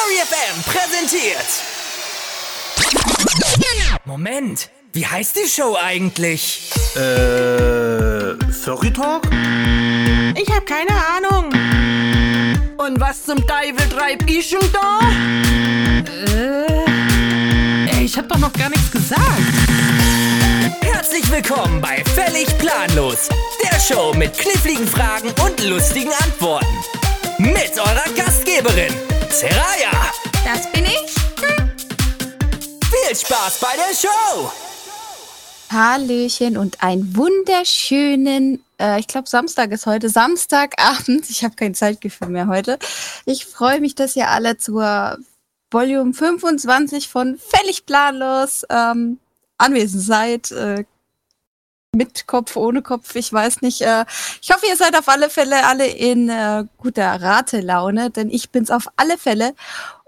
KariFM präsentiert. Moment, wie heißt die Show eigentlich? Äh, Furry Talk? Ich hab keine Ahnung. Und was zum Teufel treib ich schon da? Äh, ey, ich hab doch noch gar nichts gesagt. Herzlich willkommen bei Völlig Planlos, der Show mit kniffligen Fragen und lustigen Antworten. Mit eurer Gastgeberin, Seraya. Das bin ich. Viel Spaß bei der Show. Hallöchen und einen wunderschönen, äh, ich glaube Samstag ist heute, Samstagabend. Ich habe kein Zeitgefühl mehr heute. Ich freue mich, dass ihr alle zur Volume 25 von Völlig Planlos ähm, anwesend seid. Äh, mit Kopf, ohne Kopf, ich weiß nicht. Äh, ich hoffe, ihr seid auf alle Fälle alle in äh, guter Ratelaune, denn ich bin's auf alle Fälle.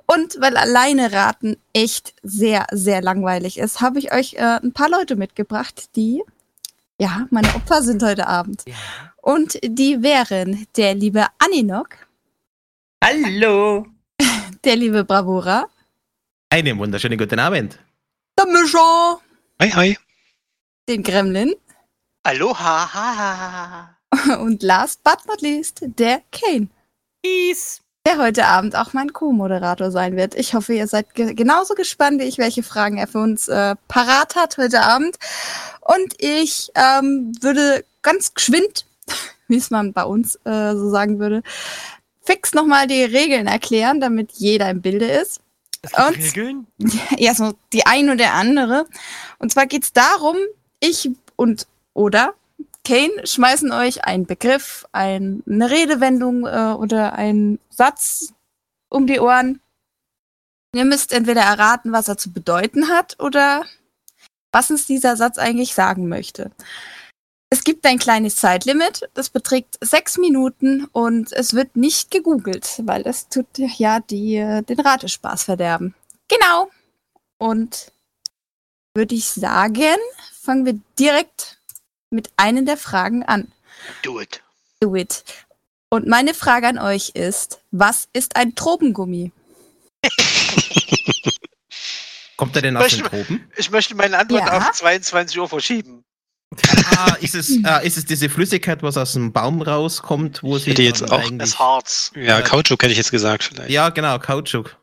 Und weil alleine raten echt sehr, sehr langweilig ist, habe ich euch äh, ein paar Leute mitgebracht, die, ja, meine Opfer sind heute Abend. Ja. Und die wären der liebe Aninok. Hallo. Der liebe Bravura. Einen wunderschönen guten Abend. Der Mischer. Hi, hi. Den Gremlin. Aloha. Ha, ha. Und last but not least, der Kane. Peace der heute Abend auch mein Co-Moderator sein wird. Ich hoffe, ihr seid ge genauso gespannt wie ich, welche Fragen er für uns äh, parat hat heute Abend. Und ich ähm, würde ganz geschwind, wie es man bei uns äh, so sagen würde, fix nochmal die Regeln erklären, damit jeder im Bilde ist. Und, Regeln? Ja, so die ein oder andere. Und zwar geht's darum, ich und oder Kane schmeißen euch einen Begriff, ein, eine Redewendung äh, oder einen Satz um die Ohren. Ihr müsst entweder erraten, was er zu bedeuten hat oder was uns dieser Satz eigentlich sagen möchte. Es gibt ein kleines Zeitlimit, das beträgt sechs Minuten und es wird nicht gegoogelt, weil das tut ja die, äh, den Ratespaß verderben. Genau. Und würde ich sagen, fangen wir direkt mit einer der Fragen an. Do it. Do it. Und meine Frage an euch ist, was ist ein Tropengummi? Kommt er denn aus den Tropen? Ich möchte meine Antwort ja. auf 22 Uhr verschieben. Ah, ist es, ah, ist es diese Flüssigkeit, was aus dem Baum rauskommt, wo ich sie hätte jetzt auch das Harz. Ja, äh, Kautschuk hätte ich jetzt gesagt vielleicht. Ja, genau, Kautschuk.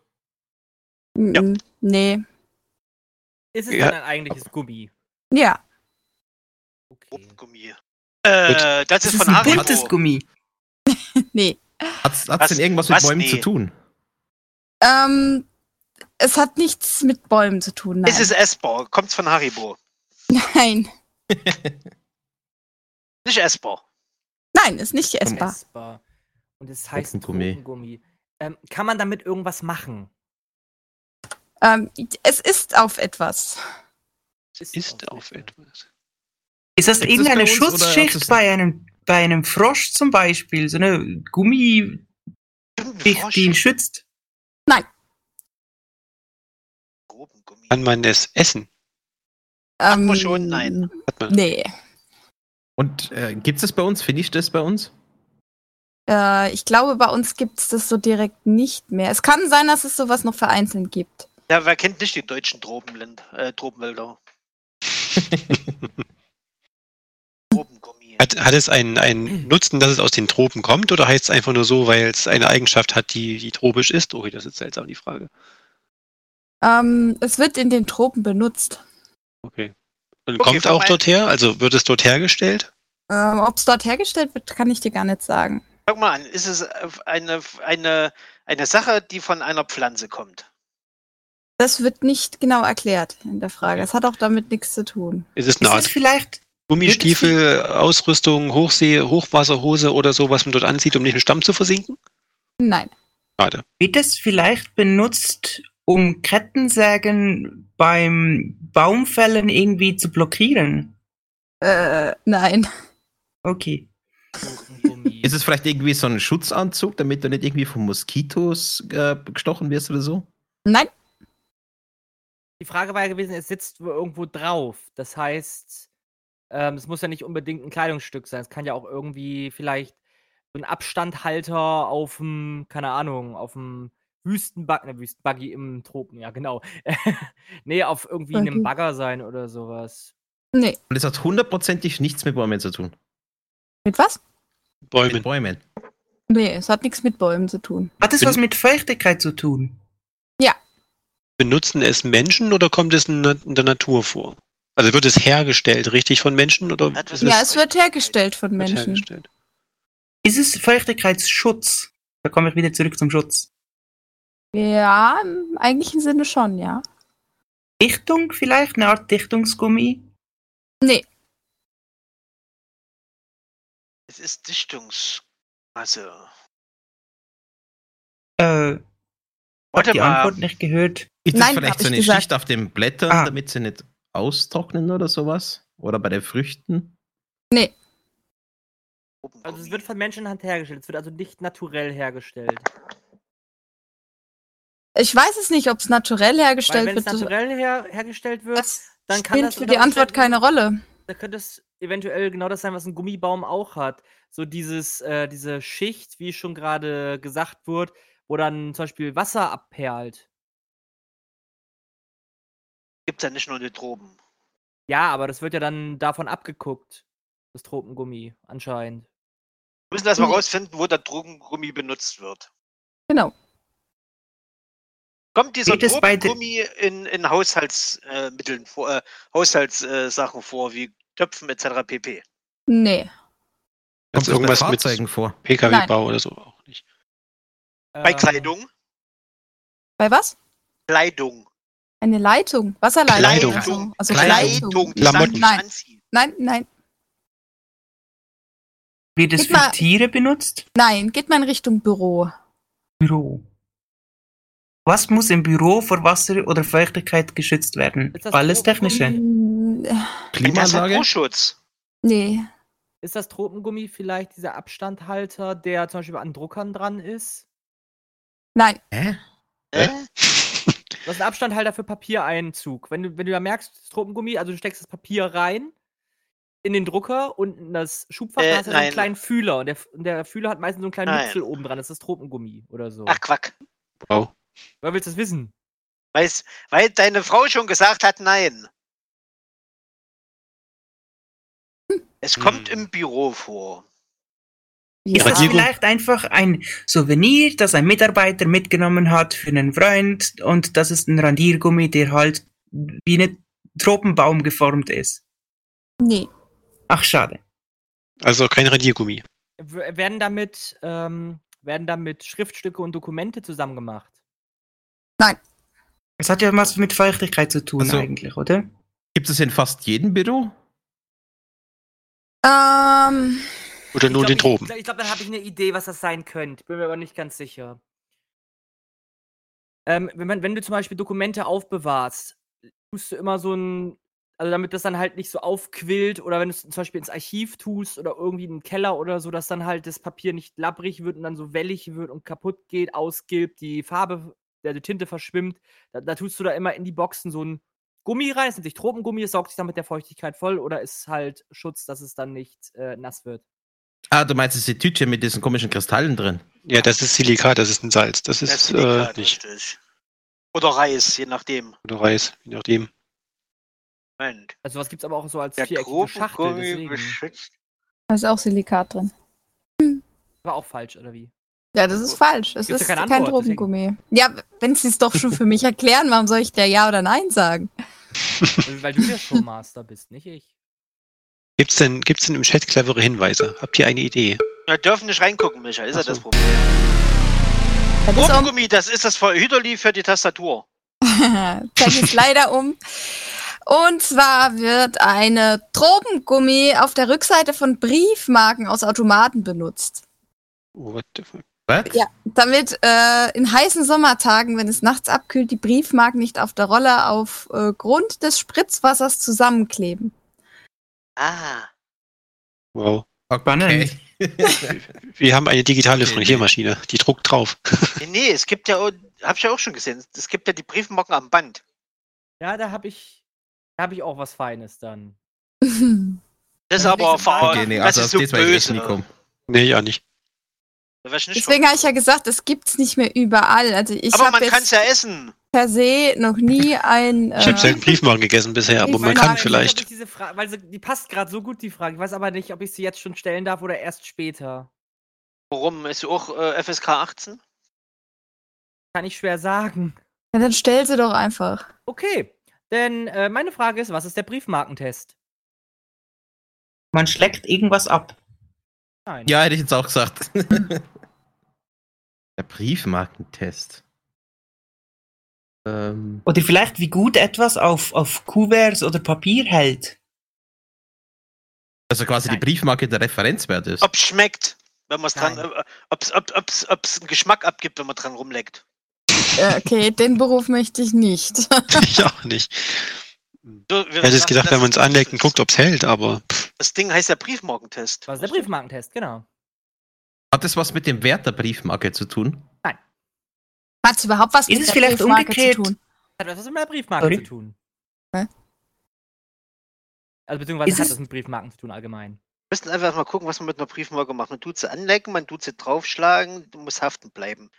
Ja. Hm, Nee. Ist es ja. dann ein eigentliches Gummi? Ja. Okay. Gummi. Äh, das, ist, das ist von Haribo. Buntes Gummi. nee. Hat's, hat's was, denn irgendwas mit Bäumen nee. zu tun? Ähm, es hat nichts mit Bäumen zu tun. Nein. Es ist essbar. Kommt's von Haribo? Nein. nicht essbar. Nein, ist nicht essbar. essbar. Und es heißt Tropengummi. Ähm, kann man damit irgendwas machen? Ähm, es ist auf etwas. Es ist auf, auf etwas. etwas. Ist das Gibt irgendeine das bei Schutzschicht bei einem, bei einem Frosch zum Beispiel? So eine Gummi, die ihn schützt? Nein. Kann man es essen? Hat man schon, nein. Hat man. Ähm, Nee. Und äh, gibt es bei uns? Finde ich das bei uns? Äh, ich glaube, bei uns gibt es das so direkt nicht mehr. Es kann sein, dass es sowas noch vereinzelt gibt. Ja, wer kennt nicht die deutschen Tropenland, äh, Tropenwälder? Hat, hat, es einen, einen Nutzen, dass es aus den Tropen kommt oder heißt es einfach nur so, weil es eine Eigenschaft hat, die, die tropisch ist? Oh, das ist seltsam die Frage. Ähm, es wird in den Tropen benutzt. Okay. Und okay, kommt auch dort her? Also wird es dort hergestellt? Ähm, Ob es dort hergestellt wird, kann ich dir gar nicht sagen. Fang mal an, ist es eine, eine, eine Sache, die von einer Pflanze kommt? Das wird nicht genau erklärt in der Frage. Es hat auch damit nichts zu tun. Ist es eine Art ist es vielleicht Gummistiefel, Ausrüstung, Hochsee, Hochwasserhose oder so, was man dort anzieht, um nicht im Stamm zu versinken? Nein. Schade. Wird es vielleicht benutzt, um Kettensägen beim Baumfällen irgendwie zu blockieren? Äh, nein. Okay. Ist es vielleicht irgendwie so ein Schutzanzug, damit du nicht irgendwie von Moskitos äh, gestochen wirst oder so? Nein. Die Frage war ja gewesen, es sitzt irgendwo drauf. Das heißt, ähm, es muss ja nicht unbedingt ein Kleidungsstück sein. Es kann ja auch irgendwie vielleicht so ein Abstandhalter auf dem, keine Ahnung, auf dem Wüstenbug, ne, Wüstenbuggy im Tropen, ja, genau. nee, auf irgendwie Buggy. einem Bagger sein oder sowas. Nee. Und es hat hundertprozentig nichts mit Bäumen zu tun. Mit was? Mit Bäumen. Bäumen. Nee, es hat nichts mit Bäumen zu tun. Hat es Bin- was mit Feuchtigkeit zu tun? Benutzen es Menschen oder kommt es in, in der Natur vor? Also wird es hergestellt, richtig von Menschen oder Hat was ist mit- Ja, es wird hergestellt von wird Menschen. hergestellt? Ist es Feuchtigkeitsschutz? Da komme ich wieder zurück zum Schutz. Ja, im eigentlichen Sinne schon, ja. Dichtung vielleicht? Eine Art Dichtungsgummi? Nee, Es ist Dichtungsmasse. Äh, Warte die mal. Antwort nicht gehört. Ist das Nein, hab vielleicht ich so eine gesagt. Schicht auf den Blättern, Ah. damit sie nicht austrocknen oder sowas? Oder bei den Früchten? Also es wird von Menschenhand hergestellt. Es wird also nicht naturell hergestellt. ich weiß es nicht, ob es naturell Weil hergestellt wenn es wird. naturell her hergestellt wird, das dann kann spielt das für unter die Antwort Umständen- keine Rolle. da könnte es eventuell genau das sein, was ein Gummibaum auch hat. So dieses, äh, diese Schicht, wie schon gerade gesagt wurde, wo dann zum Beispiel Wasser abperlt. Gibt ja nicht nur die Tropen. Ja, aber das wird ja dann davon abgeguckt. Das Tropengummi, anscheinend. Wir müssen erstmal rausfinden, wo der Drogengummi benutzt wird. Genau. Kommt dieser Geht es bei de- Drogengummi in, in Haushaltsmitteln äh, Mitteln vor, äh, Haushaltssachen vor, wie Töpfen etc. pp. Nee. Hat's das bei irgendwas mit- Fahrzeugen vor? Pkw-Bau oder so auch nicht. Bei Ähm, Kleidung? Bei was? Kleidung. Eine Leitung. Wasserleitung. Kleidung. Also, also Kleidung. Leitung. die Sachen, die ich Nein. anziehe. Nein, nein, Wird es Gib für mal- Tiere benutzt? nein. Geht mal in Richtung Büro. Büro. Was muss im Büro vor Wasser oder Feuchtigkeit geschützt werden? Ist das Alles Tropengummi? Technische. Hm, Das hat Klimaanlage? Brustschutz. Nee. Ist das Tropengummi vielleicht dieser Abstandhalter, der zum Beispiel an Druckern dran ist? Nein. Hä? Ne? Das ist ein Abstandhalter für Papiereinzug. Wenn du, wenn du da merkst, das Tropengummi, also du steckst das Papier rein in den Drucker und in das Schubfach Äh, hast du so einen nein. kleinen Fühler. Und der, F- und der Fühler hat meistens so einen kleinen Nein. Nipfel oben dran. Das ist das Tropengummi oder so. Ach Quack. Wow. Wer willst du das wissen? Weil's, weil deine Frau schon gesagt hat, nein. Es kommt Hm. im Büro vor. Ist das Radiergummi. vielleicht einfach ein Souvenir, das ein Mitarbeiter mitgenommen hat für einen Freund und das ist ein Radiergummi, der halt wie ein Tropenbaum geformt ist? Nee. Ach, schade. Also kein Radiergummi. W werden, damit, ähm, werden damit Schriftstücke und Dokumente zusammen gemacht? Das hat ja was mit Feuchtigkeit zu tun Also- eigentlich, oder? Gibt es in fast jedem Büro? Ähm, Oder nur ich den glaub, Tropen. Ich, ich glaube, dann habe ich eine Idee, was das sein könnte. Bin mir aber nicht ganz sicher. Ähm, wenn, man, wenn du zum Beispiel Dokumente aufbewahrst, tust du immer so ein. Also damit das dann halt nicht so aufquillt oder wenn du es zum Beispiel ins Archiv tust oder irgendwie in den Keller oder so, dass dann halt das Papier nicht labbrig wird und dann so wellig wird und kaputt geht, ausgilbt, die Farbe, der die Tinte verschwimmt. Da, da tust du da immer in die Boxen so ein Gummi rein, es nennt sich Tropengummi, es saugt sich dann mit der Feuchtigkeit voll oder ist halt Schutz, dass es dann nicht äh, nass wird. Ah, du meinst, es ist die Tüte mit diesen komischen Kristallen drin. Ja, das ist Silikat, das ist ein Salz. Das ist, Das Silikat, äh, nicht. richtig. Oder Reis, je nachdem. Oder Reis, je nachdem. Moment. Also was gibt's aber auch so als Der viereckige Schachtel, Tropengummi deswegen. beschützt. da ist auch Silikat drin. War auch falsch, oder wie? Ja, das ist falsch. Es Gibt's ist ja keine kein Antwort, deswegen. Drogengummi. Ja, wenn sie es doch schon für mich erklären, warum soll ich der Ja oder Nein sagen? Also, Weil weil du der Showmaster bist, nicht ich. Gibt's denn, gibt's denn im Chat clevere Hinweise? Habt ihr eine Idee? Wir Äh, dürfen nicht reingucken, Micha, ist ja Ach so. das Problem. Das Oh, ist auch, Tropengummi, das ist das Verhüterli für die Tastatur. zeig ich es leider um. Und zwar wird eine Tropengummi auf der Rückseite von Briefmarken aus Automaten benutzt. Oh, what the fuck? Was? Ja. Damit äh, in heißen Sommertagen, wenn es nachts abkühlt, die Briefmarken nicht auf der Rolle aufgrund des Spritzwassers zusammenkleben. Ah. Wow. Spannend. Wir haben eine digitale Okay. Frontiermaschine, die druckt drauf. Nee, nee, es gibt ja, auch- hab ich ja auch schon gesehen, es gibt ja die Briefmarken am Band. Ja, da hab ich, da hab ich auch was Feines dann. Das ist Das ist aber nicht so verarbeitend. Okay, nee, Oh, das also ist auf so das werde ich echt böse. nie kommen. Nee, ja nicht. Da wär's nicht Deswegen habe ich ja gesagt, es gibt's nicht mehr überall. Also ich Aber hab man jetzt kann's ja essen. Per se noch nie ein. äh, Ich habe selten Briefmarken gegessen bisher, aber man kann vielleicht. Diese Frage, weil sie, die passt gerade so gut, die Frage. Ich weiß aber nicht, ob ich sie jetzt schon stellen darf oder erst später. Warum? Ist sie auch äh, FSK 18? Kann ich schwer sagen. Ja, dann stell sie doch einfach. Okay, denn äh, meine Frage ist, was ist der Briefmarkentest? Man schlägt irgendwas ab. Nein. Ja, hätte ich jetzt auch gesagt. Der Briefmarkentest. Ähm, Oder vielleicht, wie gut etwas auf, auf Kuverts oder Papier hält. also quasi die Briefmarke der Referenzwert ist. Ob schmeckt, wenn man es dran, äh, ob's, ob, ob's, ob's einen Geschmack abgibt, wenn man dran rumleckt. Äh, okay, den Beruf möchte ich nicht. Ich auch nicht. Hm. So, wir Ich hätte es dachten, gedacht, das wenn man ist- es anlegt und guckt, ob es hält, aber pff, Das Ding heißt ja Briefmarkentest. Was ist der Briefmarkentest? Genau. Hat das was mit dem Wert der Briefmarke zu tun? Hat's überhaupt was Ist es vielleicht Briefmarke umgekehrt? zu tun? Hat das was mit der Briefmarke Sorry? zu tun? Hä? Also beziehungsweise Ist hat es- das mit Briefmarken zu tun allgemein. Wir müssen einfach mal gucken, was man mit einer Briefmarke macht. Man tut sie anlecken, man tut sie draufschlagen, du musst haften bleiben.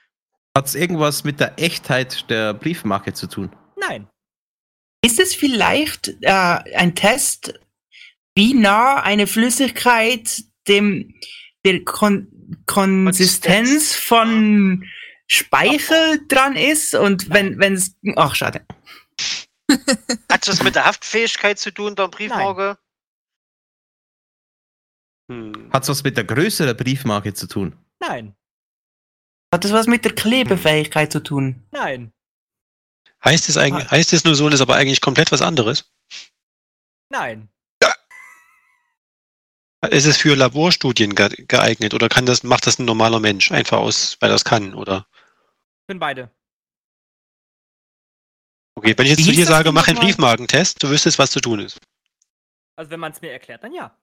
Hat es irgendwas mit der Echtheit der Briefmarke zu tun? Nein. Ist es vielleicht äh, ein Test, wie nah eine Flüssigkeit dem der Kon Konsistenz Konsistenz. von Speichel dran ist? Und wenn wenn es ach schade, Hat das mit der Haftfähigkeit zu tun, der Briefmarke? hm, Hat es was mit der Größe der Briefmarke zu tun? Nein. hat das was mit der Klebefähigkeit zu tun? Nein. heißt es eigentlich, heißt es nur so und ist aber eigentlich komplett was anderes? Nein. Ist es für Laborstudien ge geeignet oder kann das, macht das ein normaler Mensch einfach aus, weil er es kann, oder? Bin beide. Okay, wenn ich Wie jetzt zu hieß dir das sage, Ding mach einen nochmal? Briefmarkentest, du wüsstest, was zu tun ist. Also wenn man es mir erklärt, dann ja.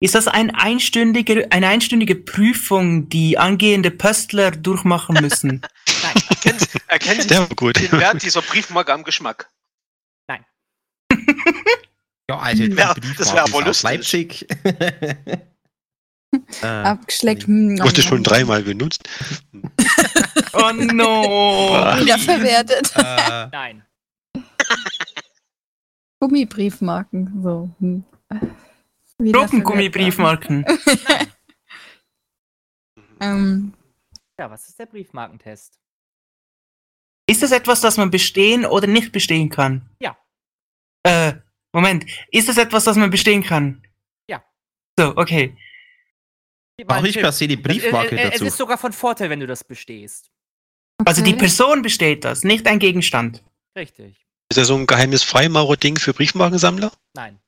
Ist das ein einstündiger, eine einstündige Prüfung, die angehende Pöstler durchmachen müssen? Erkennen Sie Der war gut. den Wert dieser Briefmarke am Geschmack? Ja, also die Ja, Briefmarke das wär ist aber aus lustig. Leipzig. äh, Abgeschleckt. hm, Wurde schon nom, nom, dreimal benutzt. oh no! nom. Wiederverwertet. äh, Nein. Gummibriefmarken. So. hm. Wiederverwertet. Truppengummibriefmarken. Ähm, Ja, was ist der Briefmarkentest? Ist das etwas, das man bestehen oder nicht bestehen kann? Ja. Äh, Moment. Ist das etwas, das man bestehen kann? Ja. So, okay. Gib mal einen Brauche ich Tipp. per se die äh, Briefmarke Äh, es, es, es dazu? ist sogar von Vorteil, wenn du das bestehst. Also die Okay. Person besteht das, nicht ein Gegenstand. Richtig. Ist das so ein geheimes Freimaurer-Ding für Briefmarkensammler? Nein.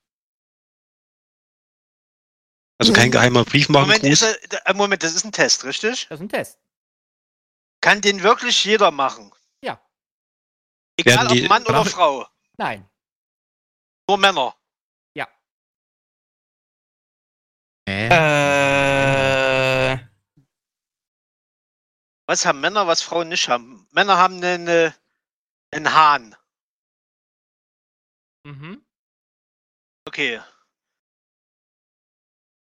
Also kein geheimer Moment, ist Briefmarkengruß? er, da- äh, Moment, das ist ein Test, richtig? Das ist ein Test. Kann den wirklich jeder machen? Ja. Egal Werden ob die- Mann oder brauchen- Frau. Nein. Nur Männer. Äh, Äh, Was haben Männer, was Frauen nicht haben? Männer haben einen, äh, einen Hahn. Mhm. Okay.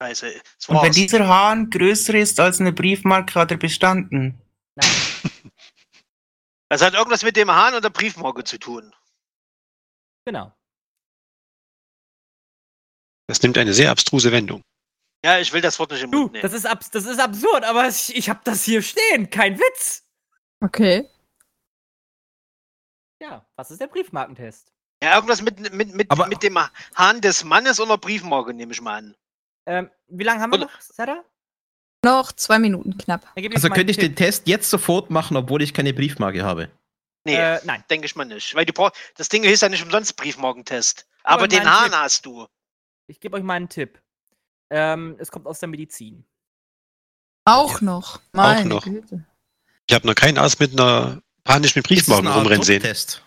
Scheiße. Das und wenn war's. dieser Hahn größer ist als eine Briefmarke, hat er bestanden. Das hat irgendwas mit dem Hahn und der Briefmarke zu tun. Genau. Das nimmt eine sehr abstruse Wendung. Ja, ich will das Wort nicht im Du, Mund nehmen. das ist, abs das ist absurd, aber ich, ich habe das hier stehen. Kein Witz. okay. Ja, was ist der Briefmarkentest? Ja, irgendwas mit, mit, mit, Aber- mit dem Hahn des Mannes und der Briefmarke, nehme ich mal an. Ähm, wie lange haben wir Oder- noch, Sarah? Noch zwei Minuten knapp. Dann gebe ich also mal könnte ich einen den Test jetzt sofort machen, obwohl ich keine Briefmarke habe. Nee, Äh, nein. denke ich mal nicht. Weil du brauchst, das Ding ist ja nicht umsonst Briefmarkentest. Aber Aber, den mein Hahn Tipp- hast du. Ich gebe euch mal einen Tipp. Ähm, es kommt aus der Medizin. Auch noch. Meine noch. Güte. Ich habe noch keinen Arzt mit einer panisch mit Ist es Briefmarken eine Art rumrennen sehen. Drucktest?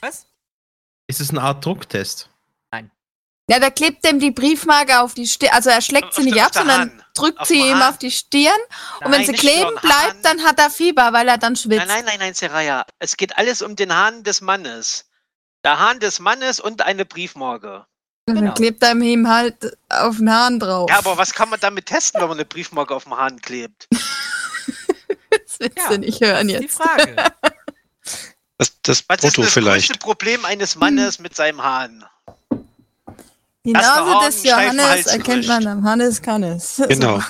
Was? Ist es eine Art Drucktest? Ja, da klebt ihm die Briefmarke auf die Stirn. Also er schlägt sie Auf nicht der- ab, auf der sondern Hand. drückt Auf sie der ihm Hand. auf die Stirn. Und wenn Nein, sie nicht kleben nur Hahn. bleibt, dann hat er Fieber, weil er dann schwitzt. Nein, nein, nein, nein, Seraya. Es geht alles um den Hahn des Mannes. Der Hahn des Mannes und eine Briefmarke. Und Genau. dann klebt er ihm halt auf den Haaren drauf. Ja, aber was kann man damit testen, wenn man eine Briefmarke auf dem Hahn klebt? das willst du nicht hören Das ist die jetzt. Frage. Das, das Was ist Brutto das vielleicht. größte Problem eines Mannes mit seinem Hahn? Die Lass mal Nase des hauen, steif mal Johannes Hals erkennt man am Hannes Kannes. Genau.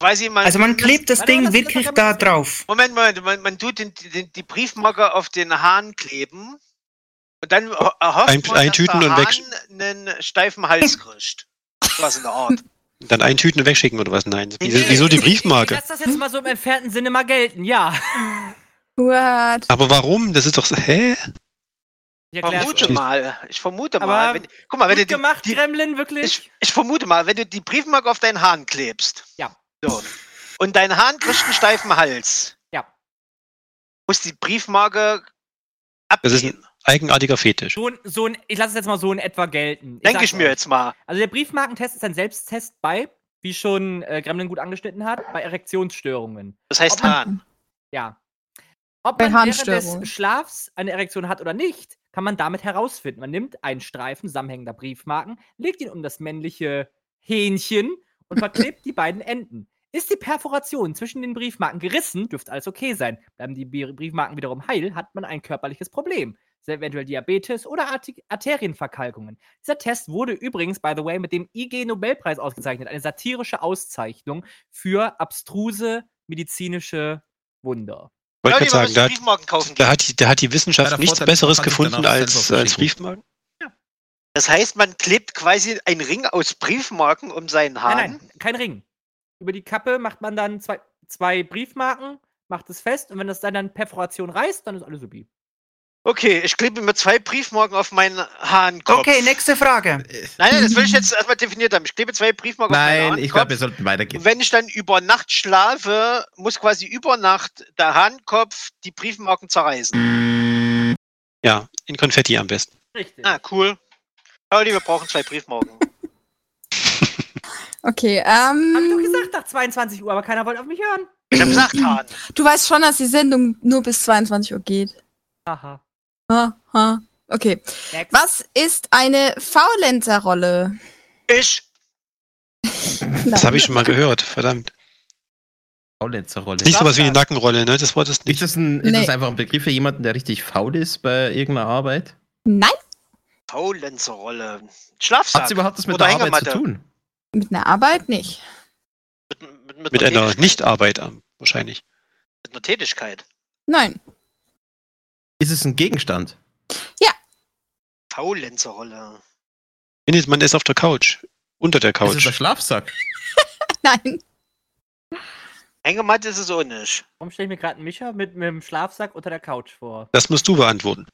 Weiß ich mal, Also man klebt das Warte mal, Ding das- wirklich das- da drauf. Moment, Moment, man, man tut den, den, die Briefmarke auf den Hahn kleben und dann ho- erhofft Ein- man, eintüten dass der und weg- Hahn einen steifen Hals kriegt. Was in der Art. Dann eintüten und wegschicken oder was? Nein. Wieso, Nee, Äh, wieso die Ich Briefmarke? lass das jetzt mal so im entfernten Sinne mal gelten, ja. What? Aber warum? Das ist doch. so- Hä? Ich Ich erklär's vermute euch. mal. Ich vermute Aber mal. Wenn, guck mal, wenn du Gut die, gemacht, die, Gremlin, wirklich. ich, ich vermute mal, wenn du die Briefmarke auf deinen Hahn klebst. Ja. So, und dein Hahn kriegt einen steifen Hals. Ja. Muss die Briefmarke Das ist abziehen. ein eigenartiger Fetisch. So, ein- so ein, ich lasse es jetzt mal so in etwa gelten. Denke sag's ich mir euch. jetzt mal. Also der Briefmarkentest ist ein Selbsttest bei, wie schon äh, Gremlin gut angeschnitten hat, bei Erektionsstörungen. Das heißt Ob man- Hahn. Ja. Ob Bei man während Harnstörungen. des Schlafs eine Erektion hat oder nicht, kann man damit herausfinden. Man nimmt einen Streifen zusammenhängender Briefmarken, legt ihn um das männliche Hähnchen und verklebt die beiden Enden. Ist die Perforation zwischen den Briefmarken gerissen, dürfte alles okay sein. Bleiben die Bi- Briefmarken wiederum heil, hat man ein körperliches Problem. Sehr Eventuell Diabetes oder Arti- Arterienverkalkungen. Dieser Test wurde übrigens, by the way, mit dem IG-Nobelpreis ausgezeichnet. Eine satirische Auszeichnung für abstruse medizinische Wunder. Wollte Leute, man gerade sagen, muss da, Briefmarken kaufen da, gehen. hat die, da hat die Wissenschaft Ja, der nichts Vorteil Besseres ist, man kann sich gefunden danach als, selber als verschicken. Briefmarken. Das heißt, man klebt quasi einen Ring aus Briefmarken um seinen Hahn. Nein, nein, kein Ring. Über die Kappe macht man dann zwei, zwei Briefmarken, macht es fest und wenn das dann, dann Perforation reißt, dann ist alles supi. Okay, ich klebe mir zwei Briefmarken auf meinen Hahnkopf. Okay, nächste Frage. Nein, nein, das will ich jetzt erstmal definiert haben. Ich klebe zwei Briefmarken auf Nein, meinen ich Hahnkopf. glaube, wir sollten Und weitergehen. wenn ich dann über Nacht schlafe, muss quasi über Nacht der Hahnkopf die Briefmarken Mhm. zerreißen. Ja, in Konfetti am besten. Richtig. Ah, cool. Pauli, wir brauchen zwei Briefmarken. Okay, Hab ich doch ähm. gesagt nach 22 Uhr, aber keiner wollte auf mich hören. Ich hab gesagt, Hahn. Du weißt schon, dass die Sendung nur bis 22 Uhr geht. Haha. Ha, ha. Okay. Next. Was ist eine Faulenzerrolle? Ich. Genau. Das habe ich schon mal gehört, verdammt. Faulenzerrolle. Nicht sowas wie eine Nackenrolle, ne? Das Wort ist Ist nicht. das, ein, ist Nee. das einfach ein Begriff für jemanden, der richtig faul ist bei irgendeiner Arbeit? Nein, Faulenzerrolle. Hat Schlafsack. es überhaupt was mit Oder der Arbeit zu Hängematte. tun? mit einer Arbeit nicht. Mit, mit, mit, Mit einer einer Tätigkeit. Nichtarbeit am, wahrscheinlich. Mit einer Tätigkeit. Nein. Ist es ein Gegenstand? Faulenzerrolle. Findet man es auf der Couch. Unter der Ist es der Couch. Schlafsack? Nein. Hängematte ist es auch nicht. Warum stelle ich mir gerade einen Mischa mit, mit dem Schlafsack unter der Couch vor? Das musst du beantworten.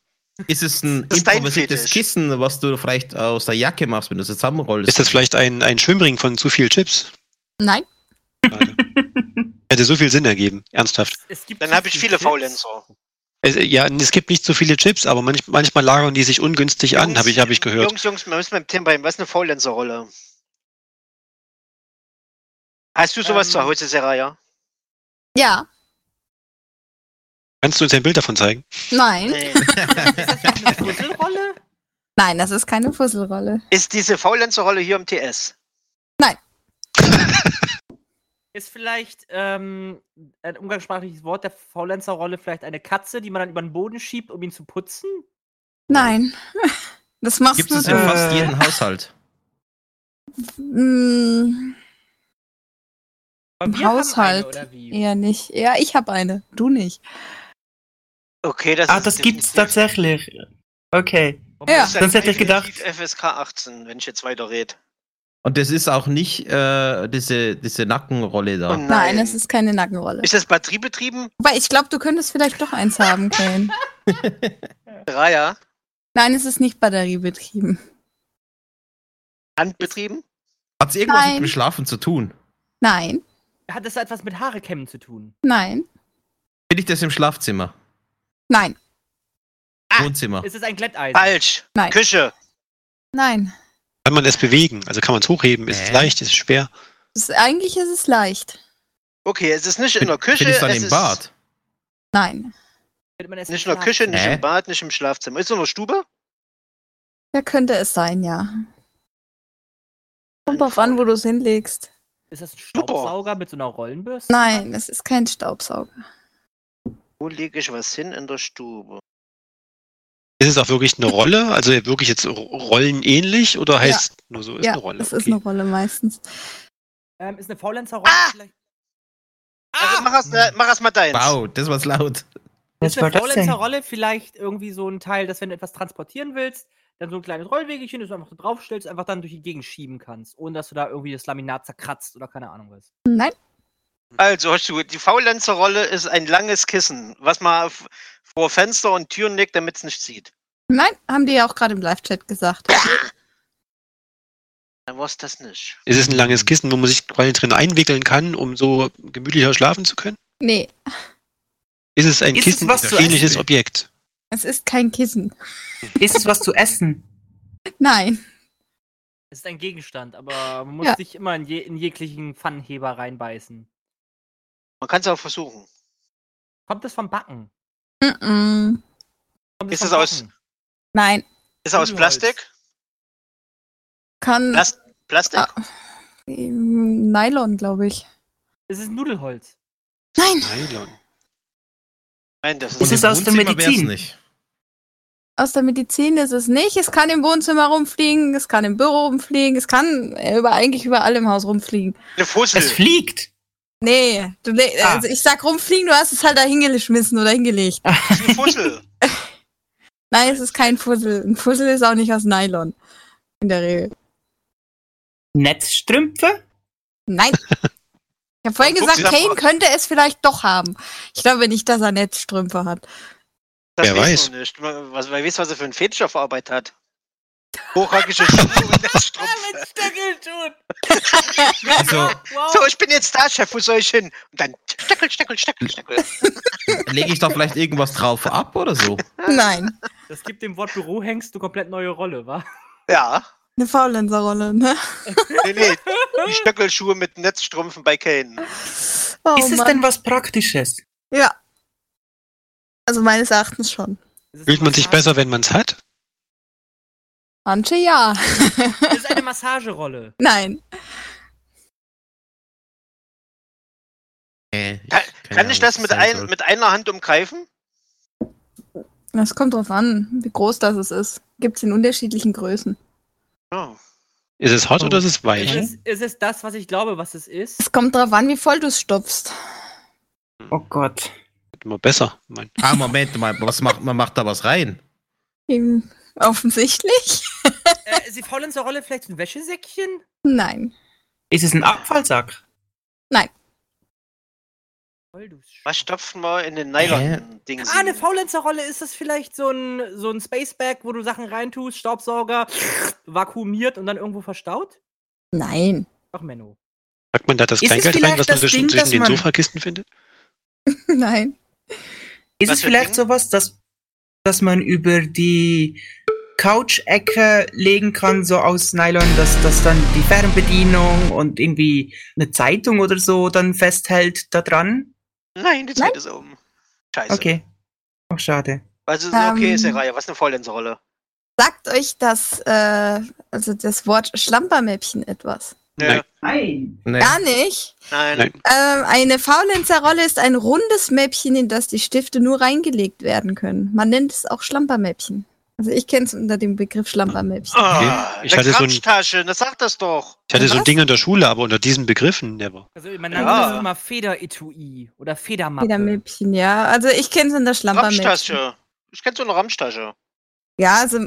Ist es ein Das ist dein improvisiertes Fetisch. Kissen, was du vielleicht aus der Jacke machst, wenn du es zusammenrollst? Ist das vielleicht ein, ein Schwimmring von zu viel Chips? Nein. Schade. Hätte so viel Sinn ergeben, ernsthaft. Es gibt Dann so habe ich viele Tipps. Faulenzer. Es, ja, es gibt nicht so viele Chips, aber manch, manchmal lagern die sich ungünstig an, Jungs, habe ich, hab ich gehört. Jungs, Jungs, wir müssen beim Thema bleiben. Was ist eine Faulenzerrolle? Hast du sowas Ähm, zu Hause, Seraya? Ja. Kannst du uns ein Bild davon zeigen? Nein. Eine Puzzlerolle? Nein, das ist keine Fusselrolle. Ist diese Faulenzerrolle hier im TS? Ist vielleicht ähm, ein umgangssprachliches Wort der Faulenzerrolle vielleicht eine Katze, die man dann über den Boden schiebt, um ihn zu putzen? Nein. Das machst Gibt du. es in Äh. fast jedem Haushalt? Mm, Aber wir Im haben eine, Haushalt. oder wie? eher nicht. Ja, ich habe eine. Du nicht. Okay, das Ah, ist das gibt's definitiv- tatsächlich. Okay. Warum Ja. ist Sonst hätte ich definitiv FSK 18, wenn ich jetzt weiter rede. Und das ist auch nicht äh, diese, diese Nackenrolle da. Nein, es ist keine Nackenrolle. Ist das batteriebetrieben? Wobei, ich glaube, du könntest vielleicht doch eins haben, Kane. Dreier? Nein, es ist nicht batteriebetrieben. Handbetrieben? Hat es irgendwas Nein. mit dem Schlafen zu tun? Nein, Hat das etwas mit Haarekämmen zu tun? nein, Bin ich das im Schlafzimmer? nein, Ah, Wohnzimmer? Ist es ein Glätteisen? Falsch. Nein. Küche. nein. Kann man es bewegen? Also kann man es hochheben? Ist es Hä? leicht? Ist es schwer? Es, eigentlich ist es leicht. Okay, es ist nicht in der Küche. Bin ich dann es im ist Bad? Nein, Findet man es Nicht im in der Küche, nicht Hä? im Bad, nicht im Schlafzimmer. Ist es in der Stube? Da könnte es sein, ja. Kommt drauf an, wo du es hinlegst. Ist das ein Staubsauger mit so einer Rollenbürste? Nein, es ist kein Staubsauger. Wo lege ich was hin in der Stube? Ist es auch wirklich eine Rolle? Also wirklich jetzt ro- rollenähnlich oder heißt nur so, ist ja, eine Rolle? es ist eine Rolle meistens. Ähm, ist eine Faulenzer-Rolle Ah! vielleicht? Also mach erst, äh, mach erst mal deins. Wow, das war's laut. Ist eine Faulenzer-Rolle vielleicht irgendwie so ein Teil, dass wenn du etwas transportieren willst, dann so ein kleines Rollwegelchen, das du einfach so draufstellst, einfach dann durch die Gegend schieben kannst, ohne dass du da irgendwie das Laminat zerkratzt oder keine Ahnung was. Nein, Also, Hoshtu, die Faulenzer-Rolle ist ein langes Kissen, was man f- vor Fenster und Türen legt, damit es nicht zieht. nein, haben die ja auch gerade im Live-Chat gesagt. Dann war es das nicht. Ist es ein langes Kissen, wo man sich quasi drin einwickeln kann, um so gemütlicher schlafen zu können? Nee, Ist es ein Ist es Kissen, was zu ähnliches essen? Objekt? es ist kein Kissen. Ist es was zu essen? Nein, Es ist ein Gegenstand, aber man muss Ja. sich immer in, je, in jeglichen Pfannenheber reinbeißen. Man kann es auch versuchen. Kommt das vom Backen? mm-mm. Kommt Ist vom es aus- Backen? nein, Ist er aus Nudelholz. Plastik? kann Plast Plastik? Ah. ähm, Nylon, glaube ich. Es ist Nudelholz. Nein, Nylon. Nein, das Ist ist. es im aus der Wohnzimmer wär's Medizin? nicht. aus der Medizin ist es nicht. Es kann im Wohnzimmer rumfliegen, es kann im Büro rumfliegen, es kann äh, über, eigentlich überall im Haus rumfliegen. Eine Es Fussel. fliegt. Nee, du, le- Ah. also ich sag rumfliegen, du hast es halt da hingeschmissen oder hingelegt. Es ist eine Fussel. Nein, es ist kein Fussel. Ein Fussel ist auch nicht aus Nylon. In der Regel. Netzstrümpfe? Nein. Ich habe vorhin Guck, gesagt, sie haben Kane auch- könnte es vielleicht doch haben. Ich glaube nicht, dass er Netzstrümpfe hat. Das Wer weiß weiß. man nicht. Man, was, man weiß, was er für einen Fetisch auf Arbeit hat. Hochhackige Schuhe und Netzstrümpfe. Stöckelschuhen! Also, So, ich bin jetzt da, Chef, wo soll ich hin? Und dann Stöckel, Stöckel, Stöckel, Stöckel. lege ich da vielleicht irgendwas drauf ab oder so? Nein. Das gibt dem Wort Bürohengst eine komplett neue Rolle, wa? Ja. Eine Faulenzer-Rolle, ne? Nee, nee. Die Stöckelschuhe mit Netzstrümpfen bei Kane. Oh, ist es Mann. denn was Praktisches? Ja. Also meines Erachtens schon. Es ist Fühlt eine man sich Massage- besser, wenn man es hat? Manche ja. Es ist eine Massagerolle. Nein. Äh, ich- Kann- keine Kann ich Ahnung, das mit, sein ein, soll. mit einer Hand umgreifen? Das kommt drauf an, wie groß das es ist. Gibt es in unterschiedlichen Größen. Ja. Ist es hart oder ist es Es weich? ist, es ist das, was ich glaube, was es ist. Es kommt drauf an, wie voll du es stopfst. Oh Gott. Hm. Wird Immer besser. Mein, Ah, Moment mal, was macht, man macht da was rein. Eben. Hm, Offensichtlich? äh, ist die Faulenzer-Rolle vielleicht ein Wäschesäckchen? Nein. Ist es ein Abfallsack? Voll, du Sch- Was stopfen wir in den Hä? Nylon-Dings? Ah, eine Faulenzer-Rolle, ist das vielleicht so ein, so ein Spacebag, wo du Sachen reintust, Staubsauger, vakuumiert und dann irgendwo verstaut? Nein. Ach, Menno. packt man da das Ist es Kleingeld rein, vielleicht was man das zwischen, Ding, zwischen das den man- Sofakisten findet? Nein. Ist Was es für vielleicht Ding? sowas, dass, dass man über die Couch-Ecke legen kann, so aus Nylon, dass, dass dann die Fernbedienung und irgendwie eine Zeitung oder so dann festhält da dran? Nein, die Zeit ist um. Scheiße. Okay. Ach, schade. Also, Ähm. okay, ist eine Reihe. Was ist eine Faulenzer-Rolle? Sagt euch das, äh, also das Wort Schlampermäppchen etwas? Nö. Nein. Nee. Gar nicht. Nein. Nein. Ähm, eine Faulenzerrolle ist ein rundes Mäppchen, in das die Stifte nur reingelegt werden können. Man nennt es auch Schlampermäppchen. Also ich kenne es unter dem Begriff Schlampermäppchen. Ah, Ich eine hatte so ein- Krapschtasche, das sagt das doch. Ich hatte so ein Was? Ding in der Schule, aber unter diesen Begriffen never. Also, man nennt Ja. das immer Federetui oder Federmappe. Wieder Mäppchen, ja. Also ich kenne es unter Schlampermäppchen. Ramschtasche. Ich kenne so eine Ramschtasche. Ja, also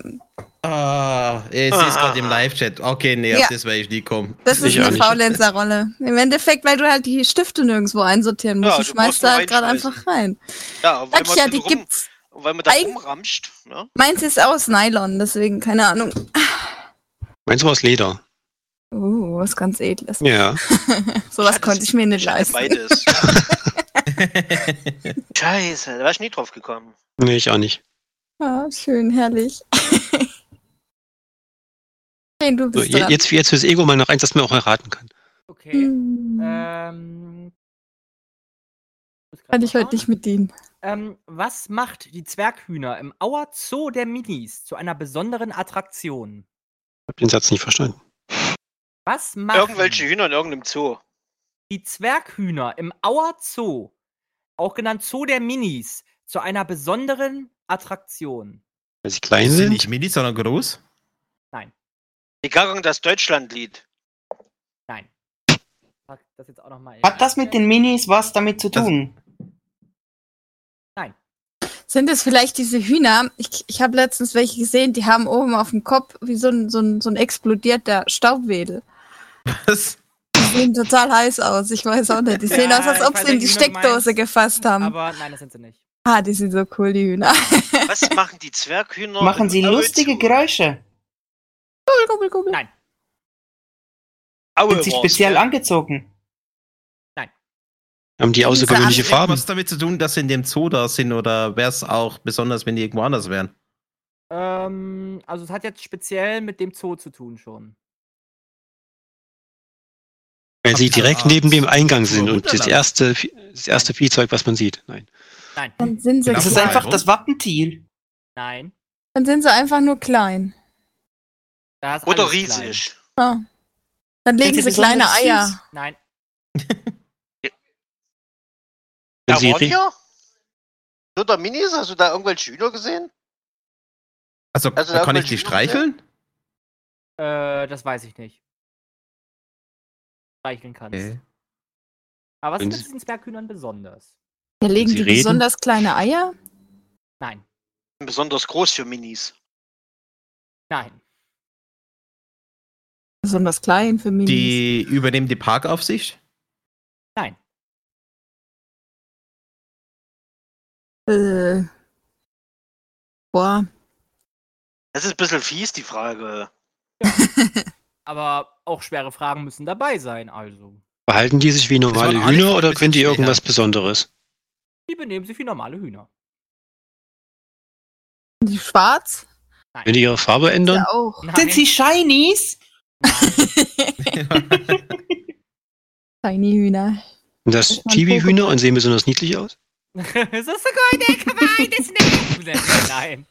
Ah, ich sehe es gerade im Live-Chat. Okay, nee, Ja. auf das werde ich nie kommen. das Ich ist auch eine nicht. Faulenzerrolle. Im Endeffekt, weil du halt die Stifte nirgendwo einsortieren musst. Ja, du du schmeißt musst da nur halt gerade reinschmeißen. einfach rein. Ja, weil Sag ich ja, man, die so rum, gibt's. weil man da Eig- rumramscht. Ne? Meins ist aus Nylon, deswegen, keine Ahnung. Meinst du aus Leder? Uh, was ganz Edles. Ja. Sowas Schade, konnte ich mir nicht Ich hatte leisten. beides. Scheiße, da war ich nie drauf gekommen. Nee, ich auch nicht. Ah, schön, herrlich. Nein, du So, bist je- dran. jetzt, jetzt fürs Ego mal noch eins, das man auch erraten kann. Okay. Hm, Ähm. muss grad Kann ich mal schauen. heute nicht mit dienen. ähm, was macht die Zwerghühner im Auer Zoo der Minis zu einer besonderen Attraktion? Ich habe den Satz nicht verstanden. Was machen Irgendwelche Hühner in irgendeinem Zoo. die Zwerghühner im Auer Zoo, auch genannt Zoo der Minis, zu einer besonderen Attraktion? Weil sie klein Sind sind. nicht mini, sondern groß? Die Gagang, das Deutschlandlied. Nein. Pack das jetzt auch noch mal in. Hat das mit den Minis was damit zu tun? Sind es vielleicht diese Hühner? Ich, ich habe letztens welche gesehen, die haben oben auf dem Kopf wie so ein, so ein, so ein explodierter Staubwedel. Was? Die sehen total heiß aus. Ich weiß auch nicht. Die sehen Ja, aus, als ich ob weiß sie in die eigentlich, wie du Steckdose meinst, gefasst Ähm. haben. Aber nein, das sind sie nicht. ah, die sind so cool, die Hühner. Was machen die Zwerghühner? Machen im sie Zoo? lustige Geräusche? Gubbel, gubbel, gubbel. Nein, Aue Sind sie Wurst. speziell angezogen? Haben die außergewöhnliche Diese Farben? Was damit zu tun, dass sie in dem Zoo da sind oder wäre es auch besonders, wenn die irgendwo anders wären? Ähm, also es hat jetzt speziell mit dem Zoo zu tun schon. Weil sie Habt ihr direkt da neben dem so- Eingang so sind und das Unterlagen? erste, das erste Viehzeug, was man sieht. Nein. Nein, Ähm. Dann sind sie, Genau. Das Das ist Warum? einfach das Wappentier. nein. dann sind sie einfach nur klein. Da ist Oder alles klein. riesig. Ah. Dann legen sie sie kleine besonders Eier. süß? Nein, Wenn Ja, sie ri- Ronja? Nur der Minis? Hast du da irgendwelche Hühner gesehen? Also, Also, da kann hat ich die man- streicheln? äh, das weiß ich nicht. Streicheln kannst. Okay. Aber was Wenn ist sie- mit diesen Zwerghühnern besonders? Ja, legen sie die reden? besonders kleine Eier? Nein, Besonders groß für Minis. nein, Besonders klein für Minis. Die übernehmen die Parkaufsicht? nein. Äh. Boah. Das ist ein bisschen fies, die Frage. Aber auch schwere Fragen müssen dabei sein, also. Verhalten die sich wie normale waren alle Hühner ein oder können die bisschen irgendwas schwer. Besonderes? Die benehmen sich wie normale Hühner. Sind Die schwarz? Wenn die ihre Farbe ändern? Ja, auch. Sind sie Shinies? Also Tiny Hühner. Sind das mein Chibi-Hühner und sehen besonders niedlich aus? Ist das so geil? Kawaii, das ist Nein.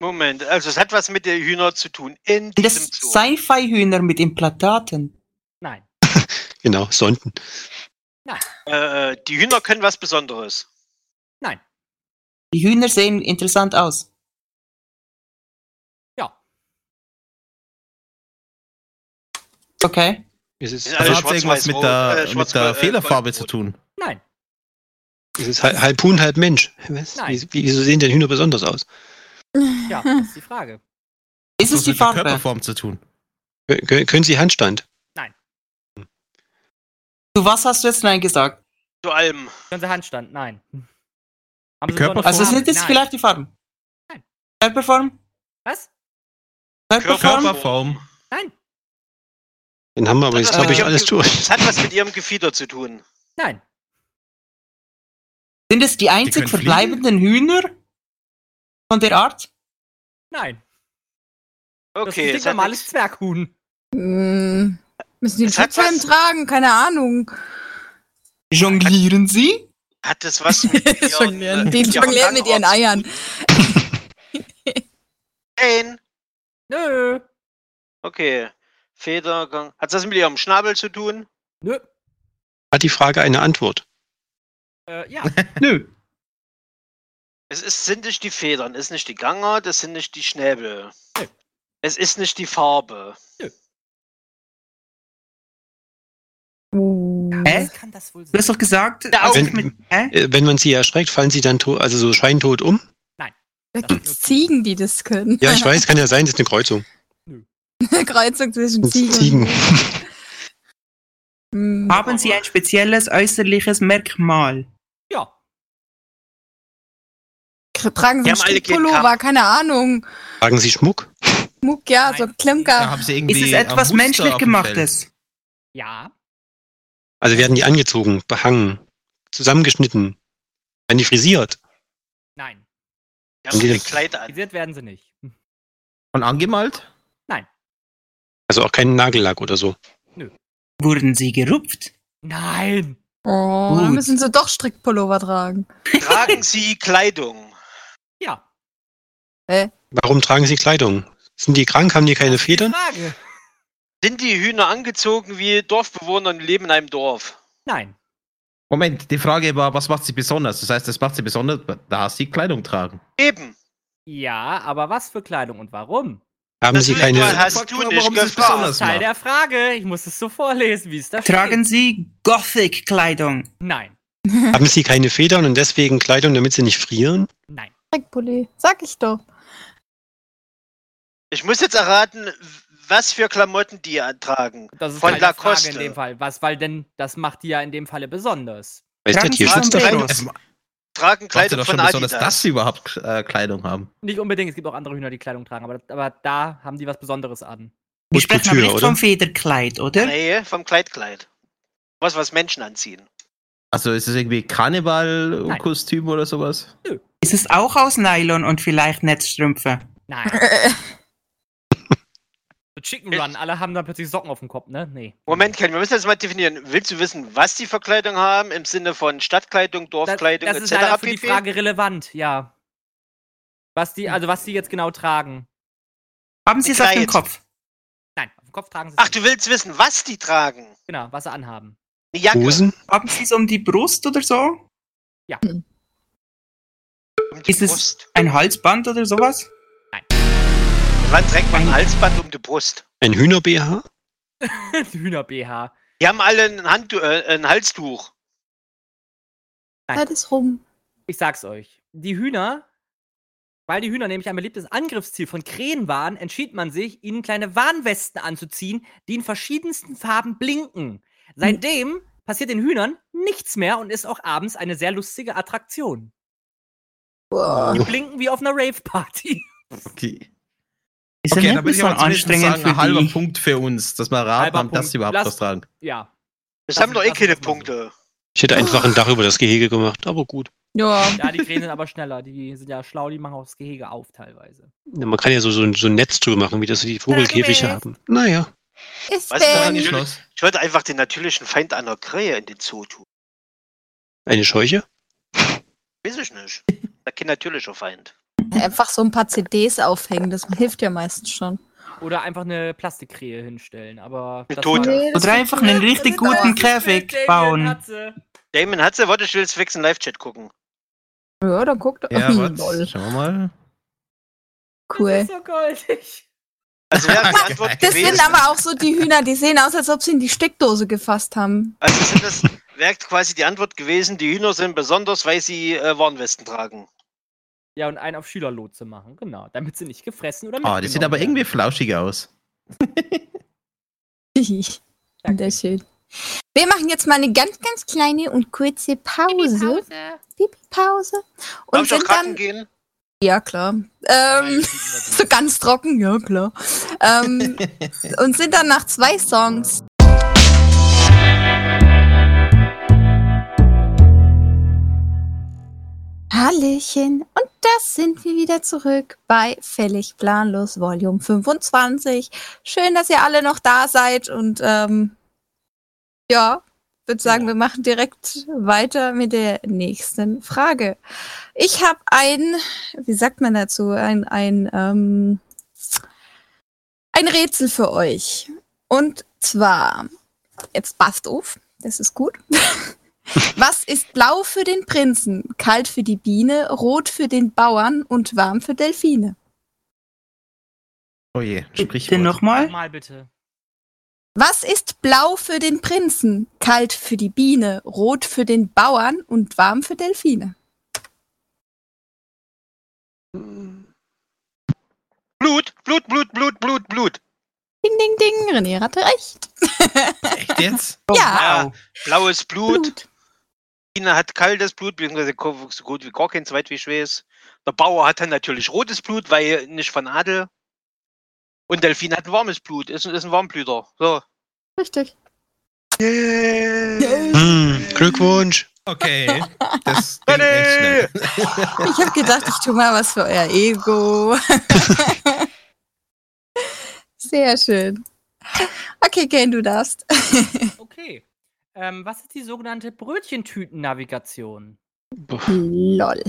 Moment, also es hat was mit den Hühnern zu tun. In Sind diesem das Zoo. Sci-Fi-Hühner mit Implantaten? Nein. Genau, Sonden. Äh, äh, die Hühner können was Besonderes. Die Hühner sehen interessant aus. Ja. Okay. Es ist, Ja, Also Alle hat irgendwas mit schwarz-weiß-rot, äh, der, mit schwarz- äh, der Fehlerfarbe zu goldrot. tun. Nein. es ist hal- halb Huhn, halb Mensch. Was? Nein. Wie, wieso sehen denn Hühner besonders aus? Ja, das ist die Frage. Ist es die mit der Farbe? Körperform zu tun. Kö- kö- können sie Handstand? Zu was hast du jetzt Nein gesagt? Zu allem. Ganze Handstand, nein. Haben Körper- besondere Also Farben? sind es Nein. vielleicht die Farben? Nein. Körperform? Was? Körperform? Körperform. Nein, Dann haben wir aber Das jetzt, hat glaube ich, was alles mit durch. Es hat was mit ihrem Gefieder zu tun. nein, Sind es die einzig können fliegen? verbleibenden Hühner von der Art? nein. Das Okay, ist es ein hat normales nix- Zwerghuhn. Hm. Müssen die einen Es hat Schutzhelm was- tragen? Keine Ahnung. Jonglieren sie? hat das was mit äh, ihren, Die jonglieren mit ihren Eiern. Eiern. Nö, Okay. Federgang. Hat das mit ihrem Schnabel zu tun? nö, Hat die Frage eine Antwort? äh, ja. Nö. Es ist, sind nicht die Federn, es ist nicht die Ganger, das sind nicht die Schnäbel. Nö. Es ist nicht die Farbe. Uh. Hä? Kann das wohl Du sein? hast doch gesagt, Da dass auch. ich mit, hä? Äh, Wenn man sie erschreckt, fallen sie dann to also so scheintot um? Da gibt's Ziegen, die das können. Ja, ich weiß, kann ja sein, das ist eine Kreuzung. Eine Kreuzung zwischen Ziegen. Ziegen. Hm. haben sie ein spezielles äußerliches Merkmal? Ja, Tragen Die sie haben alle einen keinen Pullover? Kamm. Keine Ahnung. Tragen sie Schmuck? Muck, ja, so Nein. Da Klemker. haben sie irgendwie Ist es ein etwas Muster auf menschlich dem Fell. gemachtes? ja, Also werden die angezogen, behangen, zusammengeschnitten, werden die frisiert. nein. Die haben Die- ein Kleid an. Visiert werden sie nicht. Und angemalt? Also auch keinen Nagellack oder so. Wurden sie gerupft? Nein. Oh, dann müssen sie doch Strickpullover tragen. Tragen Sie Kleidung. Ja. Hä? Warum tragen sie Kleidung? Sind die krank? Haben die keine Federn? Frage. Sind die Hühner angezogen wie Dorfbewohner und leben in einem Dorf? Nein. Moment, die Frage war, was macht sie besonders? Das heißt, das macht sie besonders, dass sie Kleidung tragen. Eben. Ja, aber was für Kleidung und warum? Haben sie Natürlich, keine. weil hast du Warum nicht sie es gefragt. besonders Teil macht. der Frage. Ich muss es so vorlesen, wie es da Tragen Sie Gothic-Kleidung? steht. Nein. Haben sie keine Federn und deswegen Kleidung, damit sie nicht frieren? Nein. Strickpulli, sag ich doch. Ich muss jetzt erraten, was für Klamotten die tragen. Das ist Von Teil der Lacoste. Frage in dem Fall. Was, weil denn, das macht die ja in dem Falle besonders. Weiß der Tragen sie Tierschutz davon? Sombreros? Tragen Macht sie Kleidung doch schon von besonders, Adidas. dass sie überhaupt äh, Kleidung haben. Nicht unbedingt, es gibt auch andere Hühner, die Kleidung tragen, aber, aber da haben die was Besonderes an. Wir sprechen aber Couture, nicht oder? vom Federkleid, oder? Nee, vom Kleidkleid. Was, was Menschen anziehen. Also ist es irgendwie Karneval-Kostüm oder sowas? Es ist auch aus Nylon und vielleicht Netzstrümpfe. Nein. Halt The Chicken Ich- Run, alle haben da plötzlich Socken auf dem Kopf, ne? Nee. Mhm. Moment, Ken, wir müssen jetzt mal definieren. Willst du wissen, was die für Kleidung haben? Im Sinne von Stadtkleidung, Das, Dorfkleidung, das ist leider etc. für die Frage relevant, ja. Was Hm. die, also was die jetzt genau tragen. Haben Sie es auf dem Kleid. Kopf? Nein, auf dem Kopf tragen sie es Ach, nicht. du willst wissen, was die tragen? genau, was sie anhaben. Eine Jacke. Hosen? Haben Sie es um die Brust oder so? Um die Ist es- Brust. Ein Halsband oder sowas? Wann trägt man ein Halsband um die Brust? Ein Hühner-BH? Hühner BH. Die haben alle ein, Handtu äh, ein Halstuch. Nein. Alles rum. Ich sag's euch. Die Hühner, weil die Hühner nämlich ein beliebtes Angriffsziel von Krähen waren, entschied man sich, ihnen kleine Warnwesten anzuziehen, die in verschiedensten Farben Hm. blinken. Seitdem passiert den Hühnern nichts mehr und ist auch abends eine sehr lustige Attraktion. Boah. Die blinken wie auf einer Rave-Party. Okay, Ist okay ja dann nicht würde ich aber besonders anstrengend anstrengend sagen, für ein halber die. Punkt für uns, dass wir raten Halber haben, dass Punkt. sie überhaupt Lass- was tragen. Ja. Das Lass haben doch uns- eh lass keine uns mal so. Punkte. Ich hätte einfach ein Dach über das Gehege gemacht, aber gut. Ja. Ja, die Krähen sind aber schneller. Die sind ja schlau, die machen auch das Gehege auf teilweise. Ja, man kann ja so, so, ein- so ein Netz drüber machen, wie das die Vogelkäfige haben. Naja. Ist Was daran Ben. ist- Schloss. Ich wollte einfach den natürlichen Feind einer Krähe in den Zoo tun. Eine Scheuche? Weiß ich nicht. Da kein natürlicher Feind. Einfach so ein paar CDs aufhängen, das hilft ja meistens schon. Oder einfach eine Plastikkrähe hinstellen, aber. Eine das Oh, tote. war- Oder einfach einen richtig guten Käfig bauen. Damon hat sie, warte, ich will jetzt fix einen Live-Chat gucken. Ja, dann guckt er. Ja, Lol, was? Schauen wir mal. Ah, cool. so goldig. Also wäre die Antwort Das gewesen. sind aber auch so die Hühner, die sehen aus, als ob sie in die Steckdose gefasst haben. also sind das wäre quasi die Antwort gewesen, die Hühner sind besonders, weil sie äh, Warnwesten tragen. Ja, und einen auf Schülerlotse machen, genau. Damit sie nicht gefressen oder Ah, die sehen mitgenommen aber irgendwie werden. flauschig aus. Wunderschön. Wir machen jetzt mal eine ganz, ganz kleine und kurze Pause. Pipi-Pause. Darf Und ich auch sind kacken dann. gehen? Ja, klar. Ähm, so ganz trocken, ja, klar. Ähm, und sind dann nach zwei Songs Hallöchen, und das sind wir wieder zurück bei Fällig Planlos Volume 25. Schön, dass ihr alle noch da seid und ähm, ja, würde sagen, wir machen direkt weiter mit der nächsten Frage. Ich habe ein, wie sagt man dazu, ein, ein, ähm, ein Rätsel für euch. Und zwar, jetzt passt auf, das ist gut. Was ist blau für den Prinzen, kalt für die Biene, rot für den Bauern und warm für Delfine? Oh je, Bitte Sprichwort. Noch nochmal? Mal bitte. Was ist blau für den Prinzen, kalt für die Biene, rot für den Bauern und warm für Delfine? Blut, Blut, Blut, Blut, Blut, Blut. Ding, ding, ding, René hatte recht. Echt jetzt? ja, Ja, blaues Blut. Blut. Biene hat kaltes Blut, beziehungsweise ko- so gut wie gar kein zweit wie schweres. Der Bauer hat dann natürlich rotes Blut, weil nicht von Adel. Und Delfin hat ein warmes Blut, ist, ist ein Warmblüter. So. Richtig. Hm, Glückwunsch. Okay. Das ging echt schnell. Ich habe gedacht, ich tue mal was für euer Ego. Sehr schön. Okay, Ken, du darfst. Okay. Ähm, was ist die sogenannte Brötchentüten-Navigation? Lol.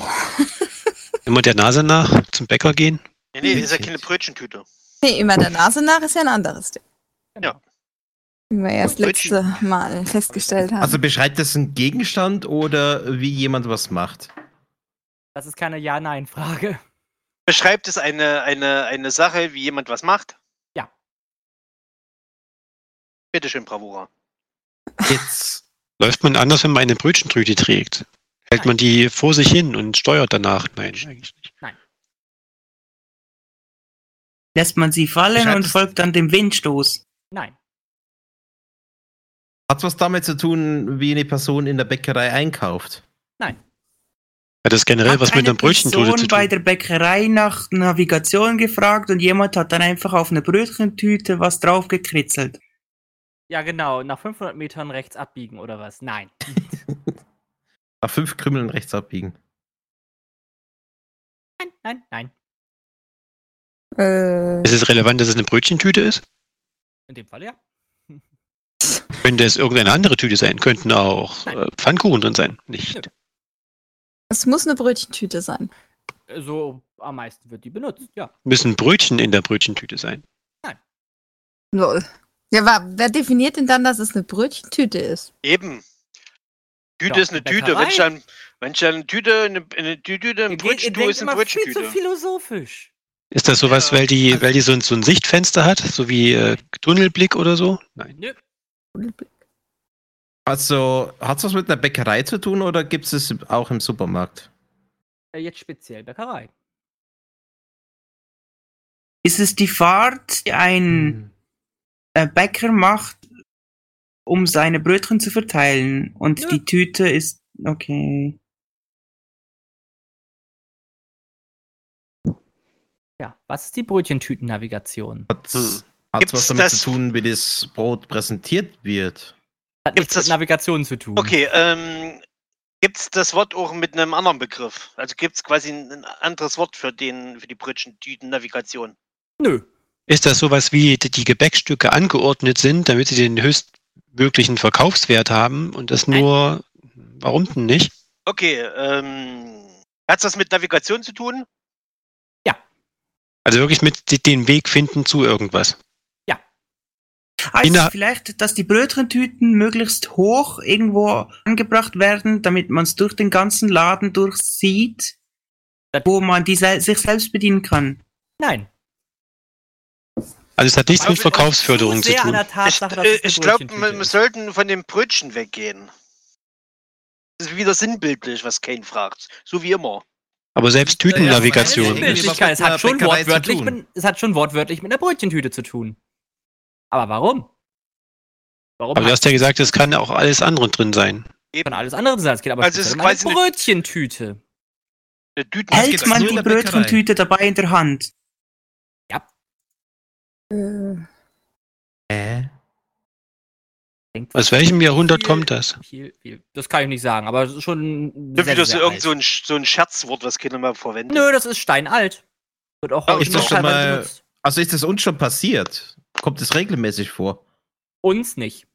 Immer der Nase nach zum Bäcker gehen. Nee, nee, das ist ja keine Brötchentüte. Nee, immer der Nase nach ist ja ein anderes Ding. Ja. Wie wir erst letzte Mal festgestellt haben. Also beschreibt das einen Gegenstand oder wie jemand was macht? Das ist keine Ja-Nein-Frage. Beschreibt es eine, eine, eine Sache, wie jemand was macht? Ja. Bitteschön, Bravura. Jetzt. Läuft man anders, wenn man eine Brötchentrüte trägt? Hält man die vor sich hin und steuert danach? Nein, eigentlich nicht. Lässt man sie fallen Beschreibt und es- folgt dann dem Windstoß. Nein. Hat was damit zu tun, wie eine Person in der Bäckerei einkauft? Hat das generell was mit eine einer Brötchentüte zu Person bei tun? der Bäckerei nach Navigation gefragt und jemand hat dann einfach auf eine Brötchentüte was drauf gekritzelt. Ja, genau. Nach 500 Metern rechts abbiegen oder was? Nein. Nach Ah, fünf Krümeln rechts abbiegen. Nein, nein, nein. Äh, Ist es relevant, dass es eine Brötchentüte ist? In dem Fall ja. Könnte es irgendeine andere Tüte sein? Könnten auch äh, Pfannkuchen drin sein? Nicht. es muss eine Brötchentüte sein. Äh, So am meisten wird die benutzt, ja. Müssen Brötchen in der Brötchentüte sein? Lol. Ja, wa- wer definiert denn dann, dass es eine Brötchentüte ist? Eben. Tüte Ja, ist eine Bäckerei. Tüte. Wenn ich dann, wenn ich dann eine Tüte, eine, eine Tüte, Ihr eine geht- ihr Brötchentüte denkt ist eine immer viel zu Brötchentüte. philosophisch. Ist das sowas, weil die, weil die so ein, so ein Sichtfenster hat, so wie äh, Tunnelblick oder so? Nein. Nö. Also, hat es was mit einer Bäckerei zu tun oder gibt es es auch im Supermarkt? Äh, Jetzt speziell Bäckerei. Ist es die Fahrt, die Hm. ein äh, Bäcker macht, um seine Brötchen zu verteilen? Und Nö. die Tüte ist. Okay. Ja, was ist die Brötchentüten-Navigation? Hat es Gibt's was damit das- zu tun, wie das Brot präsentiert wird? Hat nichts Gibt's mit das- Navigation zu tun. Okay, ähm, gibt es das Wort auch mit einem anderen Begriff? Also gibt es quasi ein, ein anderes Wort für, den, für die Brötchentüten-Navigation? Nö. Ist das sowas wie die die Gebäckstücke angeordnet sind, damit sie den höchstmöglichen Verkaufswert haben und das nur. Warum denn nicht? Okay, ähm, hat das mit Navigation zu tun? Also wirklich mit de- den Weg finden zu irgendwas. Also Inner- vielleicht, dass die Brötchentüten möglichst hoch irgendwo angebracht werden, damit man es durch den ganzen Laden durchsieht, Das- wo man die sel sich selbst bedienen kann. Nein. Also es hat nichts Aber mit wir- Verkaufsförderung zu sehr an tun. der Tatsache, dass ich äh, es eine ich glaube, Brötchentüte wir ist. sollten von den Brötchen weggehen. Das ist wieder sinnbildlich, was Kane fragt. So wie immer. Aber selbst Ja, Tütennavigation. aber- Sinnbildlichkeit, Es hat, Was schon mit einer Bäckerei zu wortwörtlich tun? mit, es hat schon wortwörtlich mit einer Brötchentüte zu tun. Aber warum? Warum Aber du hat hast ja gesagt, es kann auch alles andere drin sein. kann alles andere sein? Es geht aber Also es ist speziell um eine quasi eine- Brötchentüte. Eine Tüten Hält gibt's man also nur in die der Bäckerei. Brötchentüte dabei in der Hand? Äh, Hä? Denkt Aus viel, welchem Jahrhundert viel, kommt das? Viel, viel. Das kann ich nicht sagen, aber es ist schon. Das ist sehr, wieder so sehr irgend alt. so ein, Sch- so ein Scherzwort, was keiner mehr verwendet. Nö, das ist steinalt. Wird auch heute ist das noch schon teilweise mal- benutzt. Also ist das uns schon passiert? Kommt es regelmäßig vor? Uns nicht.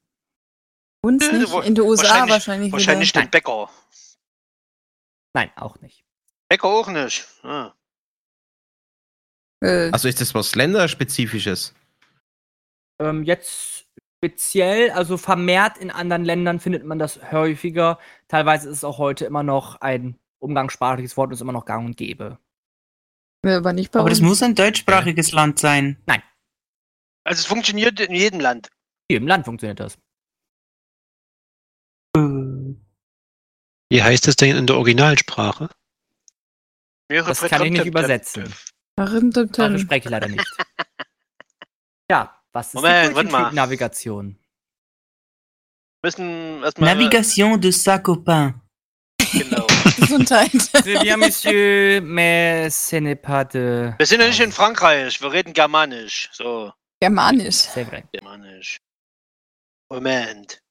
uns Äh, nicht. wa- In den USA wahrscheinlich. Wahrscheinlich wieder. den Bäcker. Nein, auch nicht. Bäcker auch nicht. Ah. Äh, Also ist das was länderspezifisches? Ähm, jetzt speziell, also vermehrt in anderen Ländern findet man das häufiger. Teilweise ist es auch heute immer noch ein umgangssprachliches Wort und ist immer noch gang und gäbe. aber nicht bei Aber uns. es muss ein deutschsprachiges Land sein. Also es funktioniert in jedem Land. Hier im Land funktioniert das. Äh, Wie heißt es denn in der Originalsprache? Mehrere Das Brett- kann ich nicht Tap- Tap- übersetzen. Tap- Warum denn Dafür dann? spreche ich leider nicht. Ja, was ist Moment, warte mal. die Navigation? Wir müssen erstmal. Navigation de Saint-Copain. Genau. Gesundheit. Bien, monsieur, mais ce n'est pas de... Wir sind ja nicht in Frankreich, wir reden Germanisch. So, Germanisch. Sehr geil. Germanisch. Moment.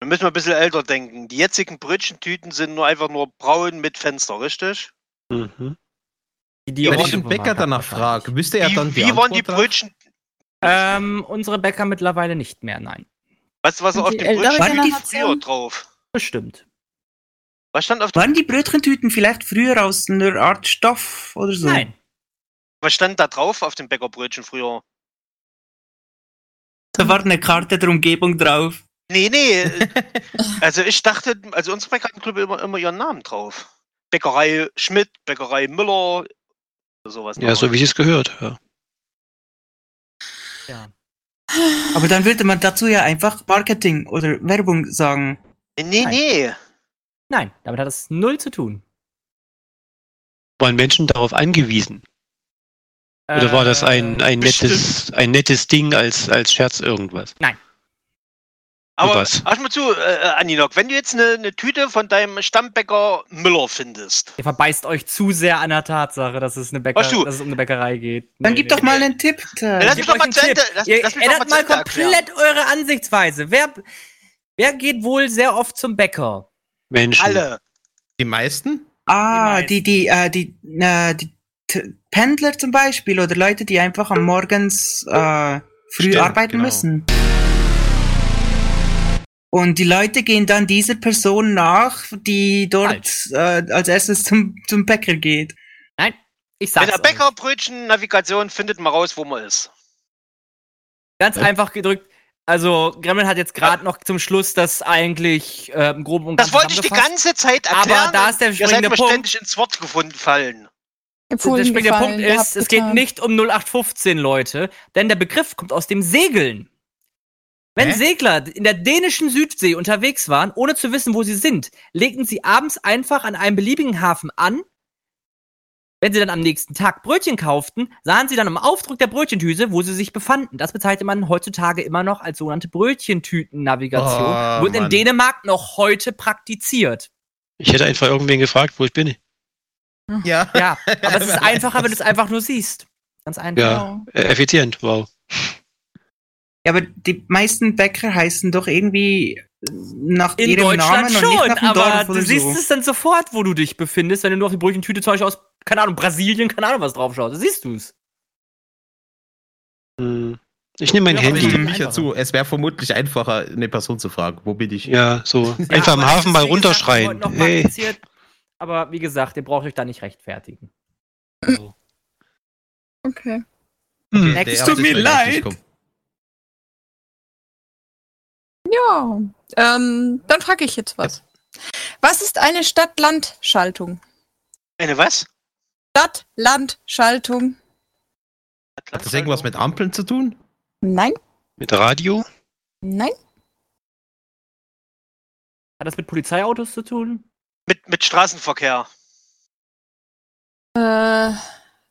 Wir müssen mal ein bisschen älter denken. Die jetzigen Brötchentüten sind nur einfach nur braun mit Fenster, richtig? Mhm. Die Wenn aus ich dem den Bäcker Supermarkt danach wahrscheinlich. frage, wüsste er wie dann die wie waren die Antwort drauf? Brötchen? Ähm, unsere Bäcker mittlerweile nicht mehr, nein. Weißt du, was Und auf die dem Brötchen ältere stand? früher Generation? drauf? Bestimmt. Was stand auf dem, Waren die Brötchentüten vielleicht früher aus einer Art Stoff oder so? Nein. was stand da drauf auf dem Bäckerbrötchen früher? Da war eine Karte der Umgebung drauf. Nee, nee. also ich dachte, also unsere Bäcker hatten glaub ich, immer, immer ihren Namen drauf. Bäckerei Schmidt, Bäckerei Müller, sowas. Ja, so wie es gehört. Ja. Ja. Aber dann würde man dazu ja einfach Marketing oder Werbung sagen. Nee, nee. Nein, damit hat es null zu tun. Waren Menschen darauf angewiesen? Oder war Äh, das ein, ein, nettes, ein nettes Ding als, als Scherz irgendwas? Aber Was? hörst mal zu, äh, Aninok, wenn du jetzt eine, eine Tüte von deinem Stammbäcker Müller findest. Ihr verbeißt euch zu sehr an der Tatsache, dass es, eine Bäcker Ach du. dass es um eine Bäckerei geht. Dann Nee, gib nee. doch mal einen Tipp. Ted. Lass mich Ich doch geb mal euch zu einen Ende. Tipp. Lass, Ihr lass mich doch mal ändert zu mal Ende erklären. komplett eure Ansichtsweise. Wer, wer geht wohl sehr oft zum Bäcker? Menschen. Alle. Die meisten? Ah, die, die, äh, die, äh, die T- Pendler zum Beispiel oder Leute, die einfach am Morgens äh, früh Stimmt, arbeiten genau. müssen. Und die Leute gehen dann dieser Person nach, die dort äh, als erstes zum, zum Bäcker geht. Nein, ich Mit sag's der euch. Bäckerbrötchen-Navigation findet man raus, wo man ist. Ganz einfach gedrückt. Also, Gremlin hat jetzt gerade noch zum Schluss das eigentlich äh, im Groben und Das Ganzen wollte ich die zusammengefasst. ganze Zeit Aber erklären. da ist der Ihr seid springende mir Punkt. ständig ins Wort gefunden fallen. Der springende Punkt ist, es geht nicht um 0815, Leute, denn der Begriff kommt aus dem Segeln. Wenn Hä? Segler in der dänischen Südsee unterwegs waren, ohne zu wissen, wo sie sind, legten sie abends einfach an einem beliebigen Hafen an. Wenn sie dann am nächsten Tag Brötchen kauften, sahen sie dann am Aufdruck der Brötchentüte, wo sie sich befanden. Das bezeichnet man heutzutage immer noch als sogenannte Brötchentütennavigation. Oh, Wird in Mann. Dänemark noch heute praktiziert. Ich hätte einfach irgendwen gefragt, wo ich bin. Äh, Ja. Ja, aber es ist einfacher, wenn du es einfach nur siehst. Ganz einfach. Ja, Genau. äh, effizient, wow. Ja, aber die meisten Bäcker heißen doch irgendwie äh, nach In ihrem Deutschland Namen und nicht schon, nach dem aber Dorf du oder siehst so. es dann sofort, wo du dich befindest, wenn du nur auf die Brötchentüte zum Beispiel aus, keine Ahnung, Brasilien, keine Ahnung, was drauf schaust. Da siehst du es. Hm. Ich nehme mein Ja, aber Ich Handy. stimme nicht dazu. Es wäre vermutlich einfacher, eine Person zu fragen, wo bin ich? Ja, so. Einfach am Hafen mal runterschreien. Hey. Hey. Aber wie gesagt, ihr braucht euch da nicht rechtfertigen. Okay. Hm. Next der to hat me jetzt vielleicht leid. nicht kommen. Ja. Ähm, dann frage ich jetzt was. Was ist eine Stadt-Land-Schaltung? Eine was? Stadt-Land-Schaltung. Hat das irgendwas mit Ampeln zu tun? Nein, Mit Radio? nein. Hat das mit Polizeiautos zu tun? Mit, mit Straßenverkehr. Äh,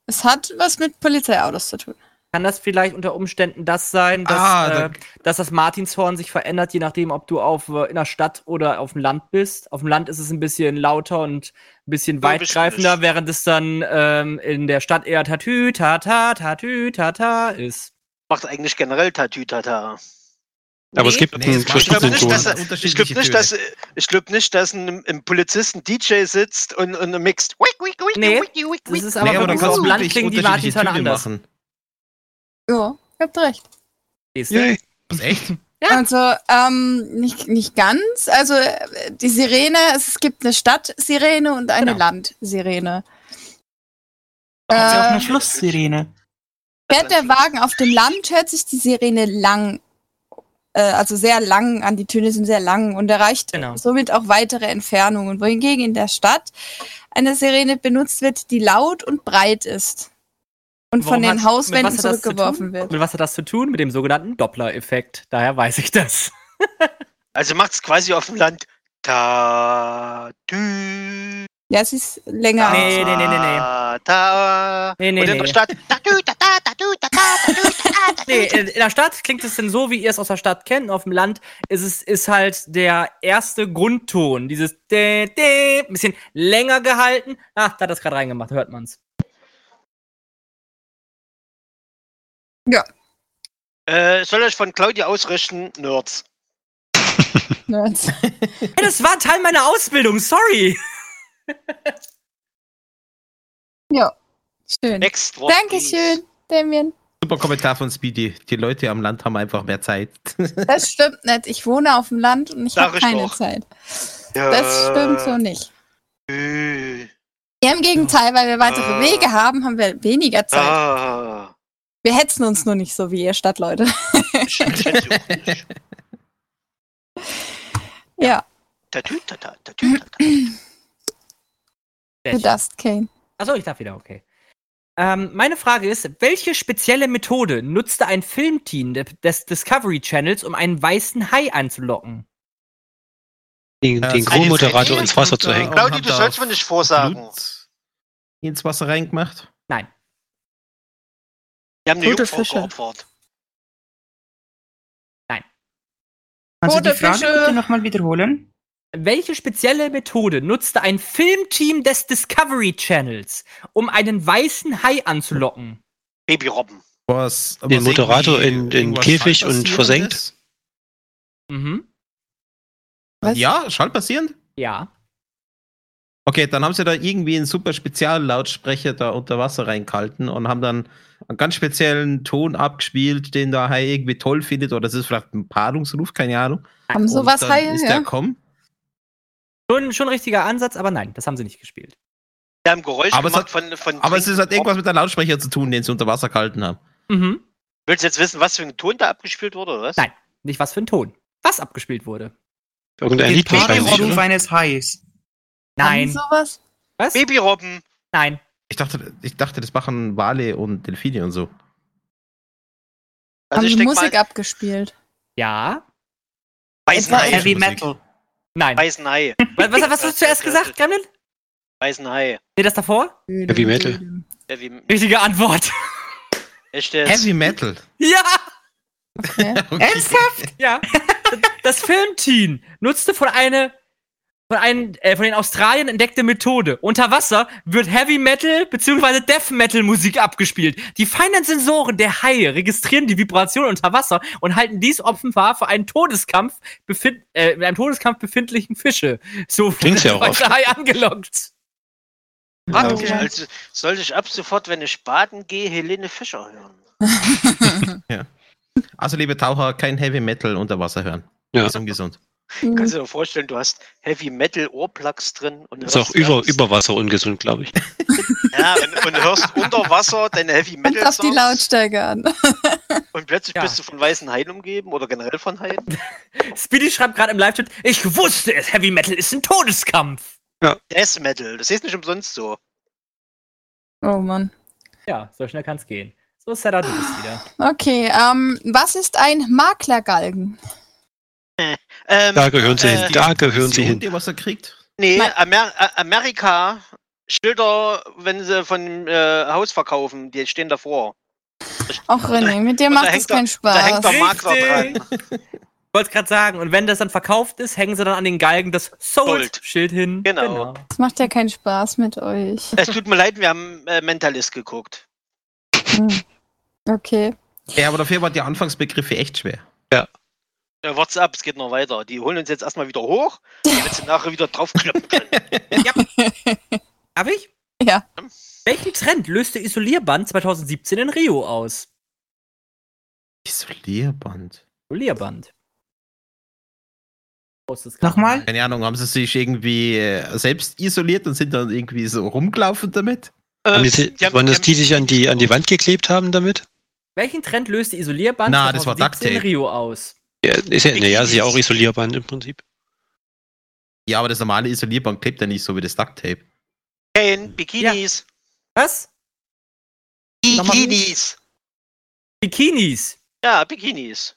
es hat was mit Polizeiautos zu tun. Kann das vielleicht unter Umständen das sein, dass, Ah, da- äh, dass das Martinshorn sich verändert, je nachdem, ob du auf, äh, in der Stadt oder auf dem Land bist? Auf dem Land ist es ein bisschen lauter und ein bisschen Ja, bestimmt. weitgreifender, während es dann ähm, in der Stadt eher tatü, tata, tatü, tata ist. Macht eigentlich generell Tatütata. Aber es gibt Nee, einen es macht- Ich glaube nicht, bestimmten dass, Ton. Unterschiedliche ich glaub nicht, Töne. dass, ich glaub nicht, dass ein, ein Polizisten DJ sitzt und, und mixt. Wick, wick, wick, Nee, wick, wick, Das ist Nee, aber, aber wirklich dann kannst auf du dem Land wirklich klingen die unterschiedliche Martinshörner Töne anders. machen. Ja, habt recht. Siehst du? Yay. Was, echt? Also, ähm, nicht, nicht ganz. Also, äh, die Sirene, es gibt eine Stadtsirene und eine Genau. Landsirene. Hat sie auch Äh, eine Schlusssirene. fährt der Wagen auf dem Land, hört sich die Sirene lang, äh, also sehr lang an, die Töne sind sehr lang und erreicht Genau. somit auch weitere Entfernungen. Wohingegen in der Stadt eine Sirene benutzt wird, die laut und breit ist und Warum von den hat- Hauswänden mit was hat das zu zurückgeworfen tun? wird. Mit was hat das zu tun? Mit dem sogenannten Doppler-Effekt. Daher weiß ich das. Also macht's quasi auf dem Land. Ta, tü, Ja, es ist länger. Nee, nee, nee, nee, nee. Ta, ta. Nee, nee, Und in nee. der Stadt. Ta, tü, ta, ta, ta, tü, ta, ta, ta, tü, ta, ta, ta, Nee, äh, tü, ta. in in der Stadt klingt es denn so, wie ihr es aus der Stadt kennt. Und Auf dem Land ist es ist halt der erste Grundton. Dieses de, de, ein bisschen länger gehalten. Ach, da hat das gerade reingemacht, hört man's. Äh, soll euch von Claudia ausrichten, Nerds. Nerds. Hey, das war Teil meiner Ausbildung, sorry. Schön. Next Wort, please. Dankeschön, Damien. Super Kommentar von Speedy. Die Leute am Land haben einfach mehr Zeit. Das stimmt nicht. Ich wohne auf dem Land und ich Sag habe ich keine doch. Zeit. Ja. Äh. Das stimmt so nicht. Ja, im Gegenteil, weil wir weitere Ah. Äh. Wege haben, haben wir weniger Zeit. Ah. Wir hetzen uns nur nicht so wie ihr Stadtleute. ja. Tatü, tatü, tatü. Du darfst, Kane. Achso, ich darf wieder, okay. Ähm, meine Frage ist, welche spezielle Methode nutzte ein Filmteam de des Discovery Channels, um einen weißen Hai anzulocken? Den, Also den eh Co-Moderator ins Wasser zu hängen. Claudi, du sollst mir nicht vorsagen. Ins Wasser reingemacht? Nein. Die haben eine Tote Jungfrau Fische. geopfert. Kannst du die Tote Frage Fische. bitte nochmal wiederholen? Welche spezielle Methode nutzte ein Filmteam des Discovery Channels, um einen weißen Hai anzulocken? Babyrobben. Was, Den Moderator in den irgendwas Käfig und Fantasies? versenkt. Mhm. Ja, schallbasierend? Ja. Okay, dann haben sie da irgendwie einen super Speziallautsprecher da unter Wasser reingehalten und haben dann einen ganz speziellen Ton abgespielt, den der Hai irgendwie toll findet. Oder das ist vielleicht ein Paarungsruf, keine Ahnung. Haben Und sowas dann Haie, Ist ja? der kommen? Schon, schon richtiger Ansatz, aber nein, das haben sie nicht gespielt. Die haben Geräusch Aber es gemacht von, von Aber es Trinken. ist hat irgendwas mit einem Lautsprecher zu tun, den sie unter Wasser gehalten haben. Mhm. Willst du jetzt wissen, was für ein Ton da abgespielt wurde, oder was? Nein, nicht was für ein Ton. Was abgespielt wurde? Irgendein Lied wahrscheinlich. Ruf oder? eines Hais. Nein. Sowas? Was? Babyrobben. Nein. Ich dachte, ich dachte, das machen Wale und Delfine und so. Also haben ich die denk Musik mal, abgespielt. Ja. Weißenhai. Heavy Äh, Metal. Nein. Weißenhai. Was, was, was hast du zuerst gesagt, Gremlin? Weißenhai. Nee, das davor? Heavy Metal. Mhm. Heavy, Richtige Antwort. echt jetzt. Heavy Metal. Ja! Okay. Ja. Das Filmteam nutzte von eine von, einem, äh, von den Australiern entdeckte Methode. Unter Wasser wird Heavy Metal bzw. Death Metal Musik abgespielt. Die feinen Sensoren der Haie registrieren die Vibration unter Wasser und halten dies offenbar für einen Todeskampf befind äh, in einem Todeskampf befindlichen Fische. So wurde Klingt's ja der auch weiße oft. Hai angelockt. Praktisch. Ja. Also sollte ich ab sofort, wenn ich baden gehe, Helene Fischer hören. Mhm. Also, liebe Taucher, kein Heavy Metal unter Wasser hören. Ja. Ist ungesund. Kannst du dir vorstellen, du hast Heavy Metal Ohrplugs drin und Ist auch hörst über, ganz- über Wasser ungesund, glaube ich. Ja, und, und hörst unter Wasser deine Heavy Kommt Metal auf die Songs Lautstärke an. und plötzlich bist du von weißen Haien umgeben oder generell von Haien. Speedy schreibt gerade im Live-Chat, ich wusste es, Heavy Metal ist ein Todeskampf. Death Metal, das ist nicht umsonst so. Oh Mann. Ja, so schnell kann's gehen. So, Sarah, du bist wieder. Okay, ähm, was ist ein Maklergalgen? Ähm, Da gehören sie äh, hin. Da gehören sie Die hin. Hunde, was er kriegt? Nee, Amer A- Amerika Schilder, wenn sie von äh, Haus verkaufen, die stehen davor. Auch René, mit dir Und macht es hängt der- keinen und Da hängt der Spaß. Makler Richtig. dran. Ich wollte gerade sagen, und wenn das dann verkauft ist, hängen sie dann an den Galgen das Sold. Sold-Schild hin. Genau. Es macht ja keinen Spaß mit euch. Hm. Es tut mir leid, wir haben äh, Mentalist geguckt. Hm. Okay. Ja, aber dafür waren die Anfangsbegriffe echt schwer. Äh, WhatsApp, es geht noch weiter. Die holen uns jetzt erstmal wieder hoch, damit sie nachher wieder draufkloppen können. Hab ich? Ja. Welchen Trend löste Isolierband 2017 in Rio aus? Isolierband. Isolierband. Aus das Nochmal? Keine Ahnung, haben sie sich irgendwie äh, selbst isoliert und sind dann irgendwie so rumgelaufen damit? Haben Äh, die, die haben- waren das die die, die sich an die, an die Wand geklebt haben damit? Welchen Trend löste Isolierband Na, das war 2017 in Duct Tape. Rio aus? Ja, ist ja, ne, ja, ist ja auch isolierbar im Prinzip. Ja, aber das normale Isolierband klebt ja nicht so wie das Duct Tape. Nein, Bikinis. Was? Bikinis. Bikinis. Ja, Bikinis.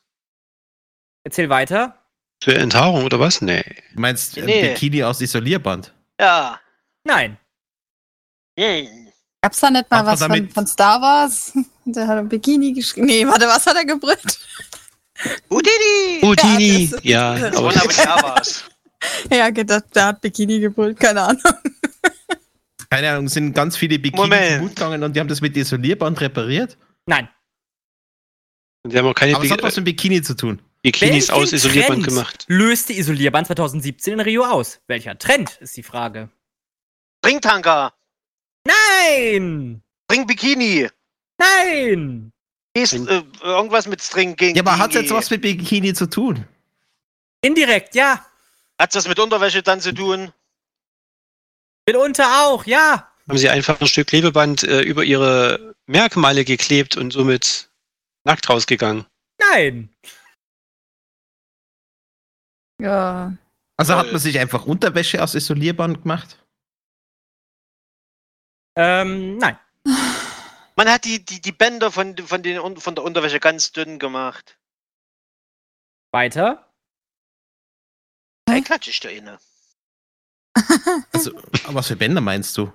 Erzähl weiter. Für Enthaarung oder was? Nee. Du meinst äh, Nee. Bikini aus Isolierband? Ja. Nein. Yay. Gab's da nicht mal Hat man was von, damit- von Star Wars? Der hat ein Bikini geschrieben. Nee, warte, was hat er gebrüllt? Houdini. Houdini! das- Ja, das- aber Und aber da war's. Ja, gedacht, der hat Bikini gebrüllt, keine Ahnung. Keine Ahnung, sind ganz viele Bikinis Moment. gut gegangen und die haben das mit Isolierband repariert? Nein. die haben auch keine Aber es Bi hat was mit Bikini zu tun. Bikinis aus Welchen Isolierband Trend gemacht. Löste Isolierband 2017 in Rio aus. Welcher Trend ist die Frage? Bring Tanka. Nein! Bring Bikini. Nein! Ist, äh, irgendwas mit String gegen. Ja, aber hat jetzt was mit Bikini zu tun? Indirekt, ja. Hat's das mit Unterwäsche dann zu tun? Mitunter auch, ja. Haben sie einfach ein Stück Klebeband äh, über ihre Merkmale geklebt und somit nackt rausgegangen. Nein. Ja. Also hat Voll. man sich einfach Unterwäsche aus Isolierband gemacht? Ähm, nein. Man hat die, die, die Bänder von, von, den, Un- von der Unterwäsche ganz dünn gemacht. Weiter. Ein Klatsch ist da inne. Also, was für Bänder meinst du?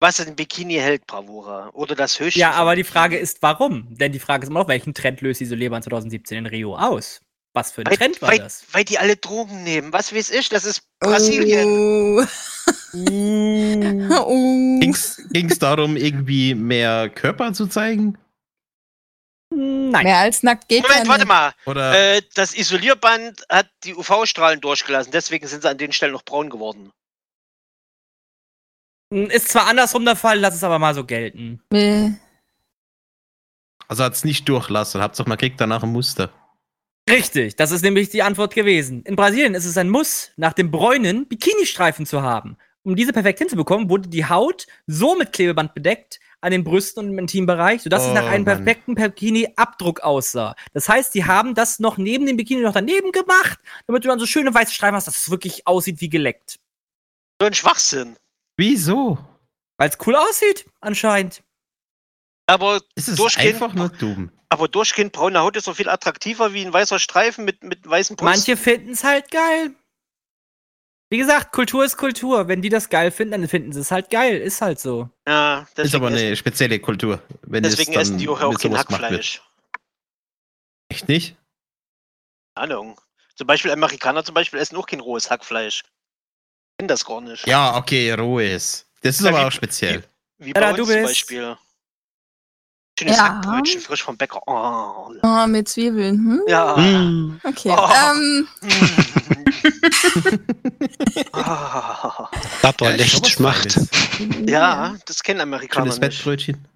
Was ein Bikini hält, Bravura. Oder das Höschen. Ja, vom aber die Bikini. Frage ist, warum? Denn die Frage ist immer noch, welchen Trend löst diese Leber 2017 in Rio aus? Was für ein Weil- Trend war weil, das? Weil die alle Drogen nehmen. Was weiß ich? Das ist Brasilien. Oh. oh. Ging's, ging's darum, irgendwie mehr Körper zu zeigen? Hm, Nein. Mehr als nackt geht Moment, ja warte nicht. mal. Oder Äh, das Isolierband hat die UV-Strahlen durchgelassen. Deswegen sind sie an den Stellen noch braun geworden. Hm, Ist zwar andersrum der Fall, lass es aber mal so gelten. Nee. also hat's nicht durchlassen. Hauptsache, man kriegt danach ein Muster. Richtig, das ist nämlich die Antwort gewesen. In Brasilien ist es ein Muss, nach dem Bräunen Bikinistreifen zu haben. Um diese perfekt hinzubekommen, wurde die Haut so mit Klebeband bedeckt, an den Brüsten und im Intimbereich, sodass es Oh, nach einem Mann. perfekten Bikini-Abdruck aussah. Das heißt, die haben das noch neben dem Bikini noch daneben gemacht, damit du dann so schöne weiße Streifen hast, dass es wirklich aussieht wie geleckt. So ein Schwachsinn. Wieso? Weil es cool aussieht, anscheinend. Aber, Ist es Durchgehend- einfach nur dumm? aber durchgehend braune Haut ist so viel attraktiver wie ein weißer Streifen mit, mit weißen Brust. Manche finden es halt geil. Wie gesagt, Kultur ist Kultur. Wenn die das geil finden, dann finden sie es halt geil. Ist halt so. Ja, Ist deswegen, aber essen, eine spezielle Kultur. Wenn es deswegen dann essen die auch, auch mit kein sowas gemacht wird. Hackfleisch. Echt nicht? Keine Ahnung. Zum Beispiel Amerikaner zum Beispiel essen auch kein rohes Hackfleisch. Kennen das gar nicht. Ja, okay, Ruhes. Das ist Ja, aber wie- auch speziell. Wie Ja, bei da uns du zum bist. Beispiel. Schönes Ja. Hackbrötchen, frisch vom Bäcker. Oh. Oh, mit Zwiebeln. Hm? Ja. Hm. Okay. Oh. Ähm, Ah. Papa ist schon Lecht was schmacht. Feines. ja, das kennen Schönes Amerikaner nicht. Bettbrötchen.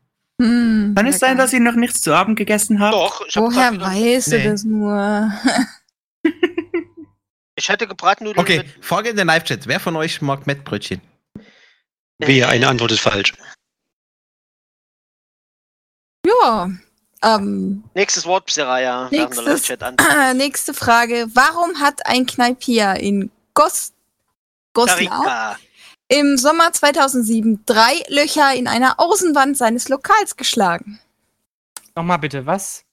hm, Kann es sein, dass ihr noch nichts zu Abend gegessen habt? Doch, ich, hab grad Woher wieder, weißt Nee. du das nur? ich hätte gebratene Nudeln Okay, mit Frage in den Live-Chat. Wer von euch mag Mettbrötchen? Wehe, eine Antwort ist falsch. ja. Ähm, nächstes Wort, Psiraya. während der Nächstes. Live-Chat an. nächste Frage. Warum hat ein Kneipier in Gos Goslar Tarika. im Sommer 2007 drei Löcher in einer Außenwand seines Lokals geschlagen? Nochmal bitte, was?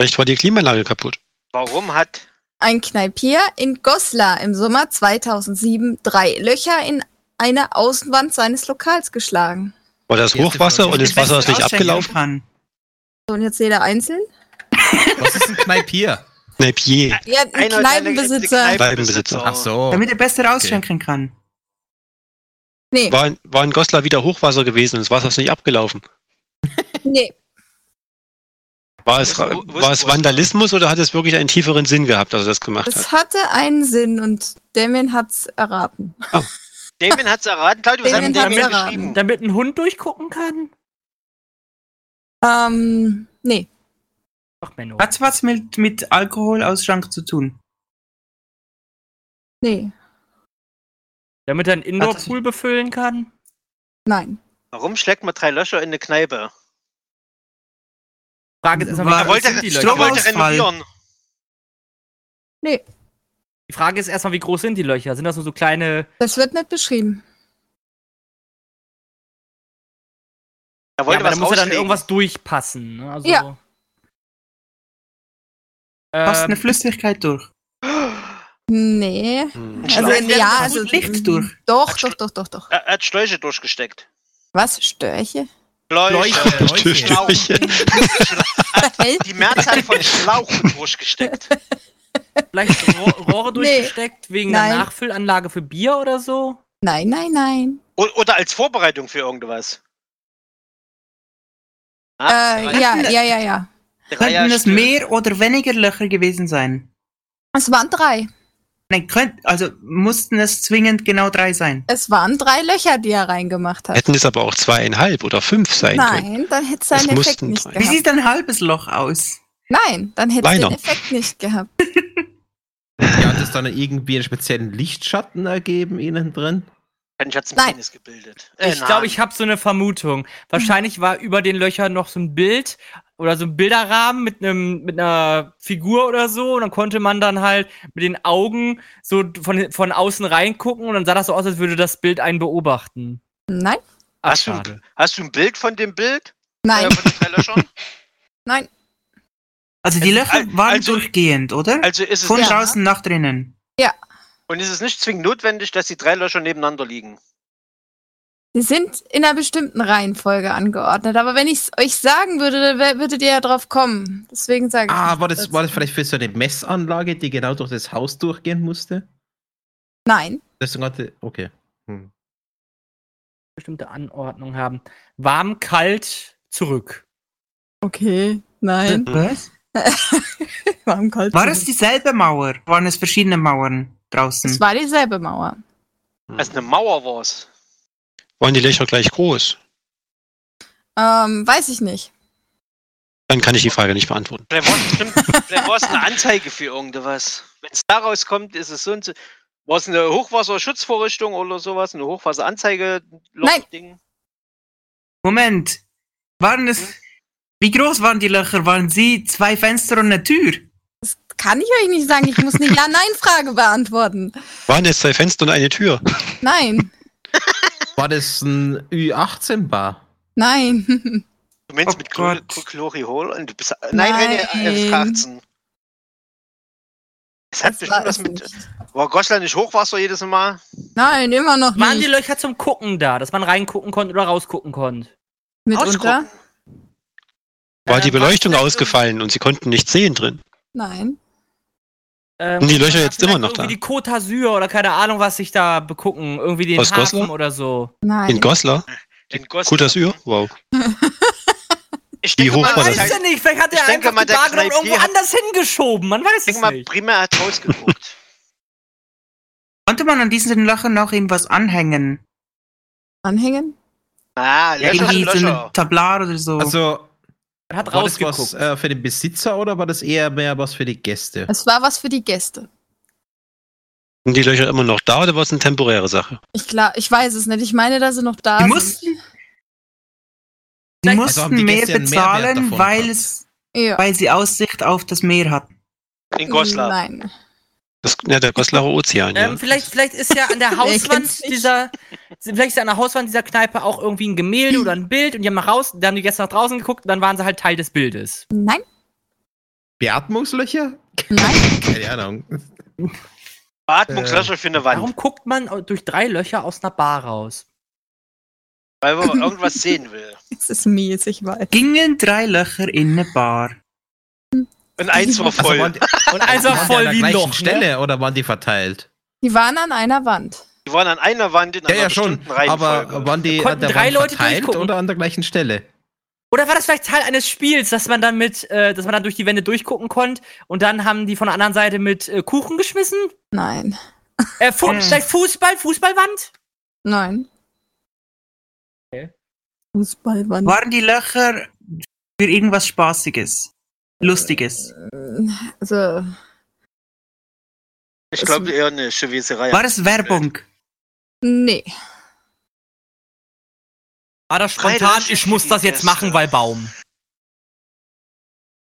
Vielleicht war die Klimaanlage kaputt. Warum hat Ein Kneipier in Goslar im Sommer 2007 drei Löcher in eine Außenwand seines Lokals geschlagen. War das Die erste Hochwasser Frage. und das Ich weiß, Wasser was ist nicht ausschenken abgelaufen? Kann. So, und jetzt jeder einzeln? Was ist ein Kneipier? Kneipier. Ja, ein einer Kneipenbesitzer. der Kneipenbesitzer. Ach so. Damit er besser ausschenken kann. Nee, War, in- war in Goslar wieder Hochwasser gewesen und das Wasser ist nicht abgelaufen. nee. War es, Wo- ra- wo ist war es Goslar? Vandalismus oder hat es wirklich einen tieferen Sinn gehabt, als er das gemacht hat? Es hatte einen Sinn und Damien hat's erraten. Damien hat's erraten, Claudio, was hat Damien denn Damien hat's erraten. geschrieben? Damit ein Hund durchgucken kann? Ähm, nee. Ach, Menno. Hat's was mit, mit Alkoholausschank zu tun? Nee. Damit er einen Hat- Indoor-Pool befüllen kann? Nein. Warum schlägt man drei Löcher in eine Kneipe? Frage ist erstmal, wie War- Er groß wollte, Ah, sind die die er Löcher? Strom- wollte Stromausfall. renovieren. Die Frage ist erstmal, wie groß sind die Löcher? Sind das nur so kleine. Das wird nicht beschrieben. Er Ja, wollte aber da was muss ja dann rauslegen. irgendwas durchpassen. Ne? Also, Ja. Passt eine Ähm, Flüssigkeit durch? Nee. Hm. Also, Schleim werden ja, doch also. gut Licht durch. Doch, doch, doch, doch, doch. Er er hat Schläuche durchgesteckt. Was? Störche? Schläuche. Leute, Schlauch. Hä? Die Mehrzahl von Schlauchen durchgesteckt. vielleicht Ro- Rohre Nee. durchgesteckt wegen Nein. einer Nachfüllanlage für Bier oder so? Nein, nein, nein. O oder als Vorbereitung für irgendwas. Ah, Äh, ja, ja, ja, ja. Dreier Ah Könnten es Stück. mehr oder weniger Löcher gewesen sein? Es waren drei. Nein, könnt, also mussten es zwingend genau drei sein. Es waren drei Löcher, die er reingemacht hat. Hätten es aber auch zweieinhalb oder fünf sein können. Nein, dann hätte es seinen Es Effekt mussten nicht drei. Wie gehabt. sieht ein halbes Loch aus? Nein, dann hätte es den Kleiner. Effekt nicht gehabt. Ja, hat es dann irgendwie einen speziellen Lichtschatten ergeben innen drin? Wahrscheinlich hat es ein Nein. Penis gebildet. Äh, Ich glaube, ich habe so eine Vermutung. Wahrscheinlich war über den Löchern noch so ein Bild oder so ein Bilderrahmen mit einem mit einer Figur oder so und dann konnte man dann halt mit den Augen so von von außen reingucken und dann sah das so aus, als würde das Bild einen beobachten. Nein, Ach, Hast du, schade. ein- hast du ein Bild von dem Bild? nein, Äh, von den drei Löchern? nein. Also die Es- Löcher al- waren also- durchgehend, oder? Also ist es Von Ja. draußen nach drinnen. und ist es nicht zwingend notwendig, dass die drei Löcher nebeneinander liegen? Sie sind in einer bestimmten Reihenfolge angeordnet. Aber wenn ich es euch sagen würde, dann wär- würdet ihr ja drauf kommen. Deswegen sage ich. Ah, nichts war das, dazu. war das vielleicht für so eine Messanlage, die genau durch das Haus durchgehen musste? Nein. Deswegen hatte. Okay. Hm. Bestimmte Anordnung haben. Warm, kalt, zurück. Okay, nein. Was? Warm, kalt. War es dieselbe Mauer? Waren es verschiedene Mauern Es draußen? war dieselbe Mauer. Hm. Also eine Mauer war es. Waren die Löcher gleich groß? Ähm, weiß ich nicht. Dann kann ich die Frage nicht beantworten. Vielleicht war es bestimmt- vielleicht war es eine Anzeige für irgendwas. Wenn es daraus kommt, ist es so ein. War es eine Hochwasserschutzvorrichtung oder sowas? Eine Hochwasseranzeige? Nein. Ding? Moment. Waren es. Wie groß waren die Löcher? Waren sie zwei Fenster und eine Tür? Kann ich euch nicht sagen. Ich muss eine Ja-Nein-Frage beantworten. Waren jetzt zwei Fenster und eine Tür? Nein, War das ein Ü18-Bar? nein. Du meinst Oh mit Glory, Gott. Glory Hole? Und du bist, Nein. nein, nein, eine Karzen. Es hat Das war bestimmt was es mit. nicht. War Goslar nicht Hochwasser jedes Mal? Nein, immer noch Waren die nicht. Löcher zum Gucken da, dass man reingucken konnte oder rausgucken konnte? Mitunter? War die dann war's Beleuchtung vielleicht ausgefallen und sie konnten nichts sehen drin? Nein. Ähm, Sind die Löcher man hat jetzt immer vielleicht noch da? irgendwie Die Côte d'Azur oder keine Ahnung, was sich da begucken. Irgendwie den Aus Hafen Goslar? oder so. Nein. In Goslar? In Goslar. Gut, das Ür? Wow. Ich Die denke mal, Man das Hochwasser- weiß heißt- ja nicht, vielleicht hat Ich er denke einfach mal, die der Bar genommen und Kneipp, die irgendwo hat- anders hingeschoben. Man weiß Ich es denke mal, nicht. primär hat rausgeguckt. Konnte man an diesen Löchern noch irgendwas anhängen? Anhängen? Ah, Löcher, Irgendwie so ein Löcher. Tablar oder so. Also, Man hat war das was rausgeguckt. äh, für den Besitzer oder war das eher mehr was für die Gäste? Es war was für die Gäste. Sind die Löcher immer noch da oder war es eine temporäre Sache? Ich, glaub, ich weiß es nicht. Ich meine, dass sie noch da die sind. mussten, die Nein, also haben mussten die mehr Gäste einen Mehrwert bezahlen, davon weil, gehabt. es, Ja. weil sie Aussicht auf das Meer hatten. In Goslar. Nein. Das, ja, der Goslarer Ozean, ja. Ähm, vielleicht, vielleicht ist ja an der kennt's Hauswand nicht? dieser, vielleicht ist ja an der Hauswand dieser Kneipe auch irgendwie ein Gemälde oder ein Bild und die haben nach raus, dann haben die gestern nach draußen geguckt und dann waren sie halt Teil des Bildes. Nein. Beatmungslöcher? Nein. Keine Ahnung. Äh, Atmungslöcher für eine Wand, Warum guckt man durch drei Löcher aus einer Bar raus? weil man irgendwas sehen will. Es ist mies, ich weiß. Gingen drei Löcher in eine Bar. Und eins war voll. waren die, Und also waren die voll an der wie ein gleichen Loch. Ne? Stelle oder waren die verteilt? Die waren an einer Wand. die waren an einer Wand in Ja, einer ja, schon. bestimmten Reihenfolge. Aber waren die an Konnten der drei Wand Leute verteilt durchgucken. oder an der gleichen Stelle? Oder war das vielleicht Teil eines Spiels, dass man dann mit, äh, dass man dann durch die Wände durchgucken konnte und dann haben die von der anderen Seite mit äh, Kuchen geschmissen? Nein. Äh, Fu Hm. vielleicht Fußball, Fußballwand? Nein. Okay. Fußballwand. Waren die Löcher für irgendwas Spaßiges? Lustiges? Äh, Also, ich glaube eher eine Cheveserei. War es Werbung? nee. War das Drei spontan, Löcher ich muss für die das jetzt Gäste. machen, weil Baum.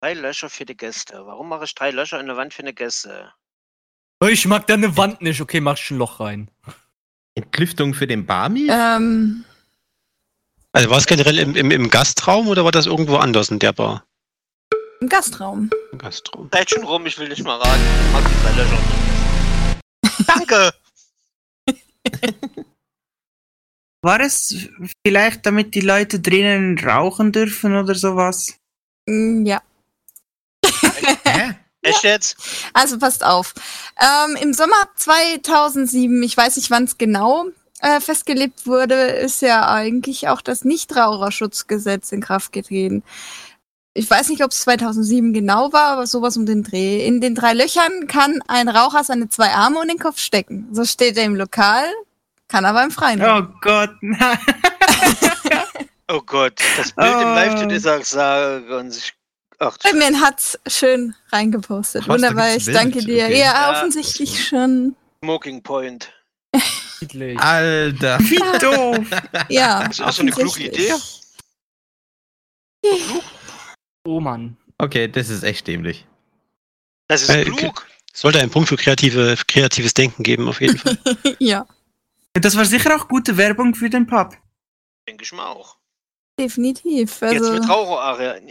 Drei Löcher für die Gäste. Warum mache ich drei Löcher in der Wand für eine Gäste? Ich mag deine Wand nicht, okay, mach ich ein Loch rein. Entlüftung für den Barmi? Ähm, Also war es generell im, im, im Gastraum oder war das irgendwo anders in der Bar? im Gastraum. Im Gastraum. Seid schon rum, ich will nicht mal raten. Ich mag die drei Löcher nicht. Danke! War es vielleicht, damit die Leute drinnen rauchen dürfen oder sowas? Mm, Ja. Hä? Echt jetzt? Also passt auf. Ähm, Im Sommer 2007, ich weiß nicht, wann es genau äh, festgelegt wurde, ist ja eigentlich auch das Nichtraucherschutzgesetz in Kraft getreten. ich weiß nicht, ob es 2007 genau war, aber sowas um den Dreh. In den drei Löchern kann ein Raucher seine zwei Arme und den Kopf stecken. So steht er im Lokal, kann aber im Freien. Oh Gott, nein. Oh Gott, das Bild im Live-Chat ist auch sag und ich. Ach, du Batman hat's schön reingepostet. Ach was, da Wunderbar, gibt's ich ein Bild? danke dir. Okay. Ja, Ja. offensichtlich schon. Smoking Point. Niedlich. Ah. Alter. Wie doof. Ja. Das ist auch so eine kluge offensichtlich. Idee. Oh Mann. Okay, das ist echt dämlich. Das ist Äh, klug. Sollte einen Punkt für kreative, kreatives Denken geben, auf jeden Fall. ja, Das war sicher auch gute Werbung für den Pub. Denke ich mal auch. definitiv. Jetzt Also, mit äh, Raucherare.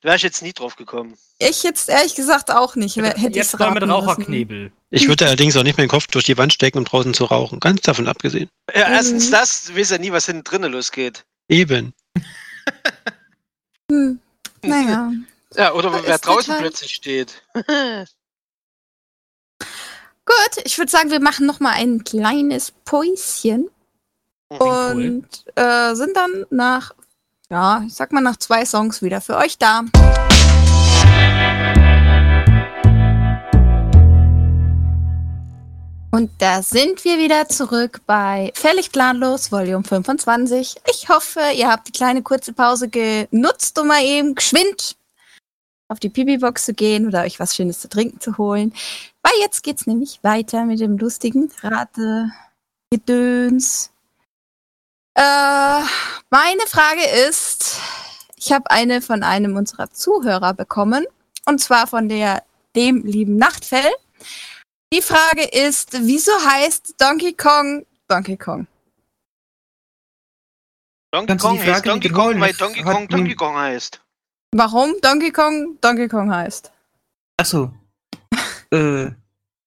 Du wärst jetzt nie drauf gekommen. ich jetzt ehrlich gesagt auch nicht. Wer- Hätte Jetzt ich's mal mit raten müssen. Raucherknebel. Ich würde allerdings auch nicht meinen Kopf durch die Wand stecken, um draußen zu rauchen. Ganz davon abgesehen. Ja, Mhm. erstens das, du weißt ja nie, was hinten drinnen losgeht. Eben. Hm. Naja. Ja, oder Da wer ist draußen total- plötzlich steht. Gut, ich würde sagen, wir machen noch mal ein kleines Päuschen und äh, sind dann nach, ja, ich sag mal nach zwei Songs wieder für euch da. Und da sind wir wieder zurück bei Völlig Planlos, Volume 25. Ich hoffe, ihr habt die kleine kurze Pause genutzt, um mal eben geschwind auf die Pipi-Box zu gehen oder euch was Schönes zu trinken zu holen. Weil jetzt geht's nämlich weiter mit dem lustigen Rate-Gedöns. Äh, meine Frage ist, ich habe eine von einem unserer Zuhörer bekommen, und zwar von der dem lieben Nachtfell. Die Frage ist, wieso heißt Donkey Kong Donkey Kong? Donkey Kannst du die Kong heißt Frage Donkey wiederholen? Kong, weil Das Donkey hat Kong nun- Donkey Kong heißt. Warum Donkey Kong Donkey Kong heißt? Achso. Also, äh,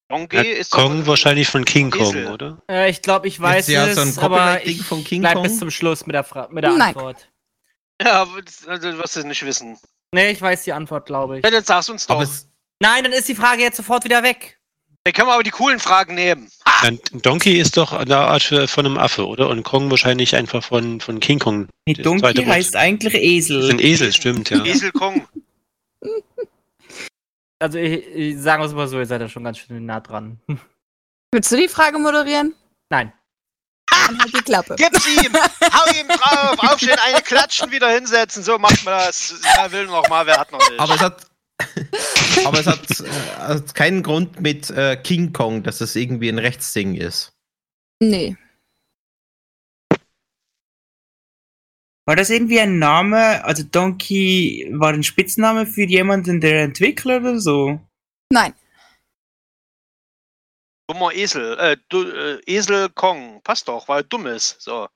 Donkey Ja, ist doch- Kong wahrscheinlich von King Kong, Esel. oder? Äh, ich glaube, ich weiß Jetzt ja es, so ein aber Copyright-Ding ich von King bleib Kong? bis zum Schluss mit der, Fra mit der Nein. Antwort. Ja, aber das- also du wirst es nicht wissen. Nee, ich weiß die Antwort, glaube ich. Ja, dann sag's uns doch. Aber es, Nein, dann ist die Frage jetzt sofort wieder weg. Dann können wir aber die coolen Fragen nehmen. Dann Donkey ist doch eine Art von einem Affe, oder? Und Kong wahrscheinlich einfach von, von King Kong. nee, Das Donkey zweite Wort. heißt eigentlich Das E- ist Esel. ein Esel, stimmt, ja. Esel Kong. Also, ich, ich sagen wir es mal so, ihr seid ja schon ganz schön nah dran. Willst du die Frage moderieren? Nein. Dann halt die Klappe. Gib's ihm! Hau ihm drauf! Aufstehen, eine klatschen, wieder hinsetzen. So macht man das. Wer will noch mal, wer hat noch nicht. aber es hat. aber es hat, äh, hat keinen Grund mit äh, King Kong, dass das irgendwie ein Rechtsding ist. Nee. War das irgendwie ein Name, also Donkey war ein Spitzname für jemanden, der Entwickler oder so? Nein. Dummer Esel. Äh, du, äh, Esel Kong. Passt doch, weil er dumm ist. So.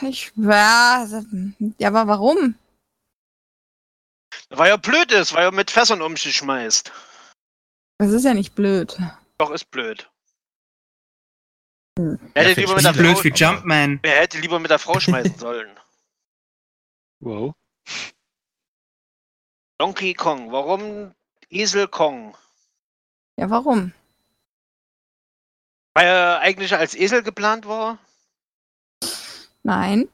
Ich war. Ja, aber warum? Weil er blöd ist, weil er mit Fässern um sich schmeißt. Das ist ja nicht blöd. Doch, ist blöd. Hm. Er Ja, hätte, lieber mit find der ich Blöd Frau, für Jumpman. er hätte lieber mit der Frau schmeißen sollen. Wow. Donkey Kong. Warum Esel Kong? Ja, warum? Weil er eigentlich als Esel geplant war? Nein.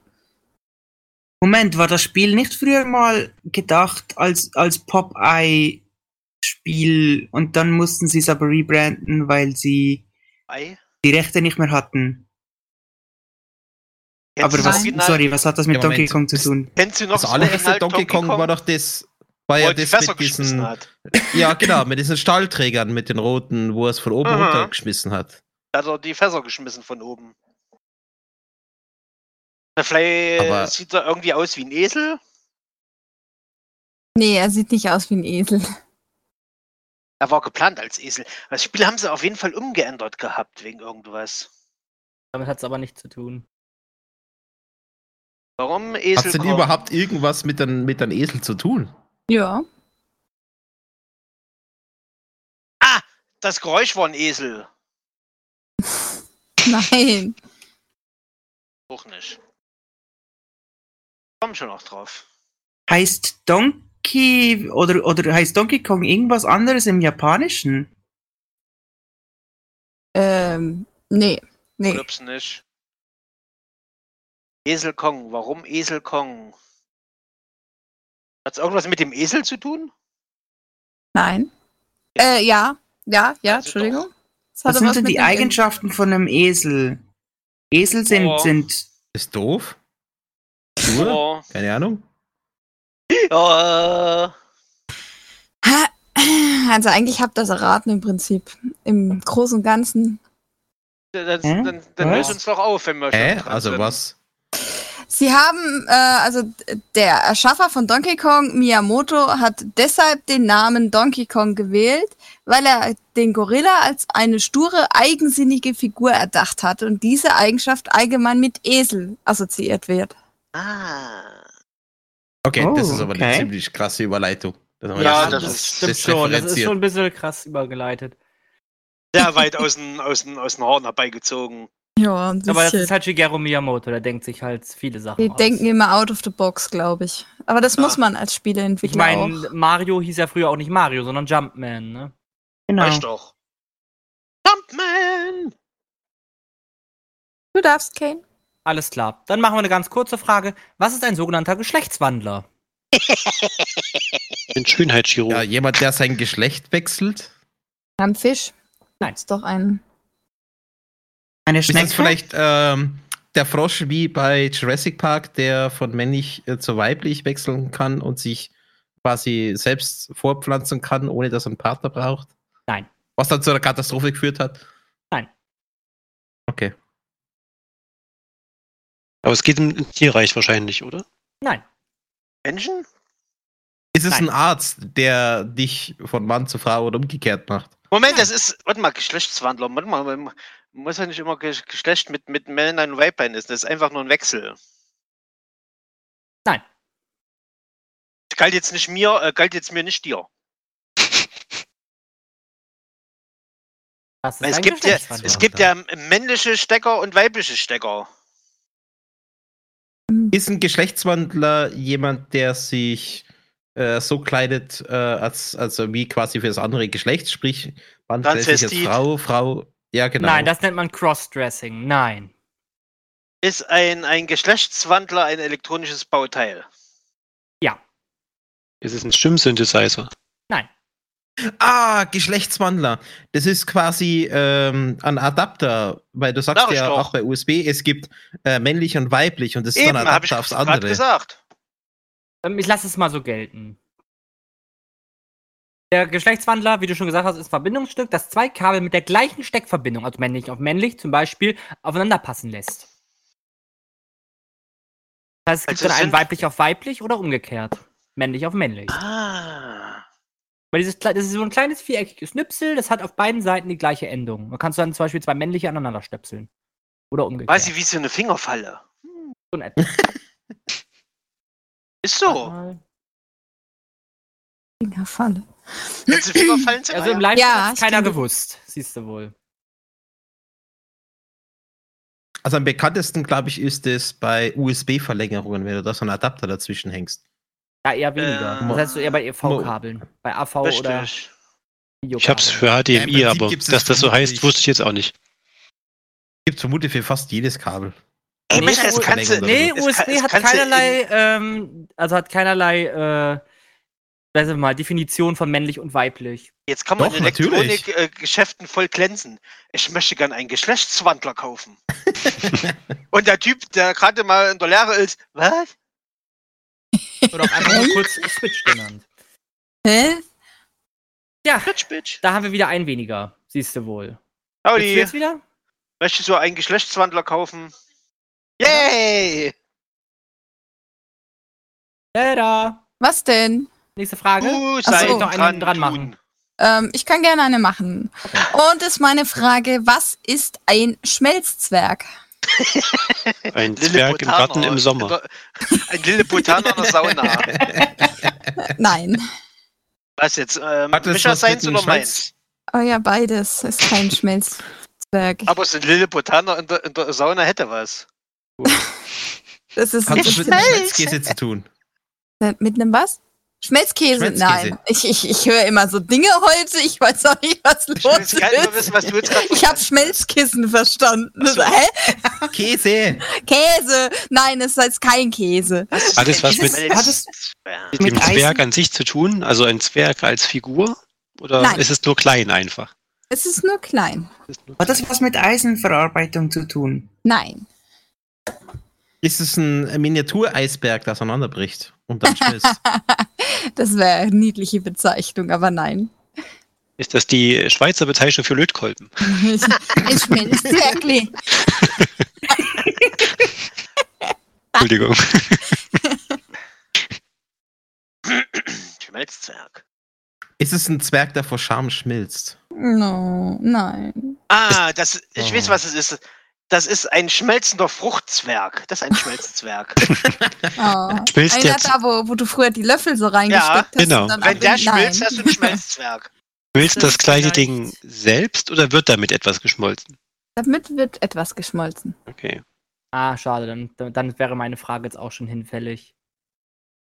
Moment, war das Spiel nicht früher mal gedacht als, als Popeye-Spiel und dann mussten sie es aber rebranden, weil sie Ei? die Rechte nicht mehr hatten? Kennst du aber das was, Original- sorry, was hat das mit Ja, Donkey Moment. Kong zu tun? Kennst du noch Das allererste Donkey Kong war doch das, war wo ja er die das Fässer mit geschmissen diesen, hat. ja genau, mit diesen Stahlträgern, mit den roten, wo er es von oben Aha. runtergeschmissen hat. Da hat er die Fässer geschmissen von oben. Na, Vielleicht Aber- sieht er irgendwie aus wie ein Esel. Nee, er sieht nicht aus wie ein Esel. Er war geplant als Esel. Also, Das Spiel haben sie auf jeden Fall umgeändert gehabt wegen irgendwas. Damit hat es aber nichts zu tun. Warum Hat Esel? es denn Kong? überhaupt irgendwas mit einem mit einem Esel zu tun? Ja. Das Geräusch war ein Esel. Nein. Auch nicht. Komm schon noch drauf. Heißt Donkey oder, oder heißt Donkey Kong irgendwas anderes im Japanischen? Ähm, nee. Nee. Glaub's nicht. Esel Kong. Warum Esel Kong? Hat es irgendwas mit dem Esel zu tun? Nein. Äh, ja, ja, ja, Entschuldigung. Was Das hatte sind was denn mit die dem- Eigenschaften von einem Esel? Esel sind, Boah. sind Ist doof? Stur? Oh. Keine Ahnung. Ja. Also eigentlich habt ihr das erraten im Prinzip. Im Großen und Ganzen. Äh, Dann, Hä? dann, dann Was? löst uns doch auf, wenn wir schon Hä? dran Also sind. was? Sie haben, äh, also d- der Erschaffer von Donkey Kong, Miyamoto, hat deshalb den Namen Donkey Kong gewählt, weil er den Gorilla als eine sture, eigensinnige Figur erdacht hat und diese Eigenschaft allgemein mit Esel assoziiert wird. Ah. Okay, Oh, das ist aber eine okay. ziemlich krasse Überleitung. Oh, Das haben wir Ja, jetzt das anders ist- Stimmt schon, das ist differenziert. schon ein bisschen krass übergeleitet. Sehr weit aus den, aus den, aus den Horn herbeigezogen. Ja, ein Aber das bisschen. ist halt Shigeru Miyamoto, der denkt sich halt viele Sachen Die aus. denken immer out of the box, glaube ich. Aber das Ja. muss man als ich Spieleentwickler meine, auch. Mario hieß ja früher auch nicht Mario, sondern Jumpman, ne? genau. Reicht doch. Jumpman! Du darfst, Kane. Alles klar. Dann machen wir eine ganz kurze Frage. Was ist ein sogenannter Geschlechtswandler? Ein Schönheitschirurg. Ja, jemand, der sein Geschlecht wechselt. Am Fisch. Nein. Ist doch ein. Eine Ist das Schnecke? vielleicht ähm, der Frosch wie bei Jurassic Park, der von männlich äh, zu weiblich wechseln kann und sich quasi selbst vorpflanzen kann, ohne dass er einen Partner braucht? Nein. Was dann zu einer Katastrophe geführt hat? Nein. Okay. Aber es geht im im Tierreich wahrscheinlich, oder? Nein. Menschen? Ist es Nein. ein Arzt, der dich von Mann zu Frau oder umgekehrt macht? Moment, das ist. Warte mal, Geschlechtswandler. Warte mal, man muss ja nicht immer Ge- Geschlecht mit, mit Männern und Weibern ist. Das ist einfach nur ein Wechsel. Nein. Das Galt jetzt nicht mir, äh, galt jetzt mir nicht dir. Das ist Es ein gibt ja- Geschlechtswandler. Es gibt ja männliche Stecker und weibliche Stecker. Ist ein Geschlechtswandler jemand, der sich äh, so kleidet, äh, als, also wie quasi für das andere Geschlecht, sprich, man stellt sich als Transvestit. Frau, Frau, ja genau. Nein, das nennt man Crossdressing. Nein. Ist ein, ein Geschlechtswandler ein elektronisches Bauteil? Es ist ein Stimmsynthesizer. ah, Geschlechtswandler. Das ist quasi ähm, ein Adapter, weil du sagst Sag ich ja doch. auch bei USB, es gibt äh, männlich und weiblich und das ist Eben, dann ein habe ich Adapter aufs gerade andere. gesagt. Ähm, Ich lasse es mal so gelten. Der Geschlechtswandler, wie du schon gesagt hast, ist ein Verbindungsstück, das zwei Kabel mit der gleichen Steckverbindung, also männlich auf männlich zum Beispiel, aufeinander passen lässt. Das heißt, es gibt Also dann einen sind- weiblich auf weiblich oder umgekehrt. Männlich auf männlich. Ah. Weil dieses, kle- das ist so ein kleines viereckiges Schnipsel, das hat auf beiden Seiten die gleiche Endung. Da kannst du dann zum Beispiel zwei männliche aneinander stöpseln. Oder umgekehrt. Quasi wie so eine Fingerfalle. So in etwa. Ist Ah. so. Fingerfalle. Wenn sie Fingerfallen sind, Also im ah ja. Live Ja, hat's keiner stimmt. gewusst, siehst du wohl. Also am bekanntesten, glaube ich, ist es bei USB-Verlängerungen, wenn du da so einen Adapter dazwischen hängst. Ja, eher weniger. Äh, das heißt so eher bei EV-Kabeln. Bei AV oder richtig. Ich hab's für HDMI, Ja, im Prinzip aber gibt's dass es das so heißt, vermutlich. wusste ich jetzt auch nicht. Gibt vermutlich für fast jedes Kabel. Ey, Nee, Mensch, das U- kannst du. Nee, das USB Äh, kann- das hat kannst du keinerlei, ähm, also hat keinerlei, äh, weiß ich mal, Definition von männlich und weiblich. Jetzt kann man Doch, in natürlich. Elektronikgeschäften voll glänzen. Ich möchte gern einen Geschlechtswandler kaufen. Und der Typ, der gerade mal in der Lehre ist, was? Oder auch einfach nur kurz Switch genannt. Hä? Ja, Bitch, bitch. da haben wir wieder ein weniger, siehst du wohl. Willst du Audi, jetzt wieder? möchtest du einen Geschlechtswandler kaufen? Yay! Tada. Was denn? Nächste Frage. Du Ach sei so. Noch dran, einen dran dran machen. machen. Ähm, ich kann gerne eine machen. Und ist meine Frage, was ist ein Schmelzzwerg? Ein Zwerg im Garten im Sommer. Ein Lilliputaner in der Sauna. Äh, Nein. Was jetzt? Ähm, Hat das Mischa was mit seins dem oder meins? Schmelz- Oh ja, beides ist kein Schmelzzwerg. Aber so ein Lilliputaner in der, in der Sauna hätte was. Das ist Hat das mit dem Schmelz- Schmelzkäse zu tun? mit einem was? Schmelzkäse? Schmelzkäse. Nein. Ich, ich, ich höre immer so Dinge heute. Ich weiß auch nicht, was los will's gar nicht mehr ist. wissen, was du jetzt gerade ich habe Schmelzkissen verstanden. Hä? Käse! Käse! Nein, es ist jetzt kein Käse. Hat es was mit, Hat es, mit dem mit Eisen? Zwerg an sich zu tun? Also ein Zwerg als Figur? Oder Nein. ist es nur klein einfach? Es ist nur klein. hat das was mit Eisenverarbeitung zu tun? Nein. Ist es ein Miniatureisberg, das auseinanderbricht und dann schmilzt? Das wäre eine niedliche Bezeichnung, aber nein. Ist das die Schweizer Bezeichnung für Lötkolben? Ein Schmelzwerkli. Entschuldigung. Schmelzzwerg. ist es ein Zwerg, der vor Scham schmilzt? No, nein. Ah, das, ich Oh. weiß, was es ist. Das ist ein schmelzender Fruchtzwerg. Das ist ein Schmelzzwerg. Oh. Schmilzt Einer jetzt- da, wo, wo du früher die Löffel so reingesteckt hast. genau. und dann Wenn der ab- schmilzt, hast du nein. einen Schmelzzwerg. Schmilzt das ist gleiche vielleicht- Ding selbst oder wird damit etwas geschmolzen? Damit wird etwas geschmolzen. Okay. Ah, schade, dann, dann wäre meine Frage jetzt auch schon hinfällig.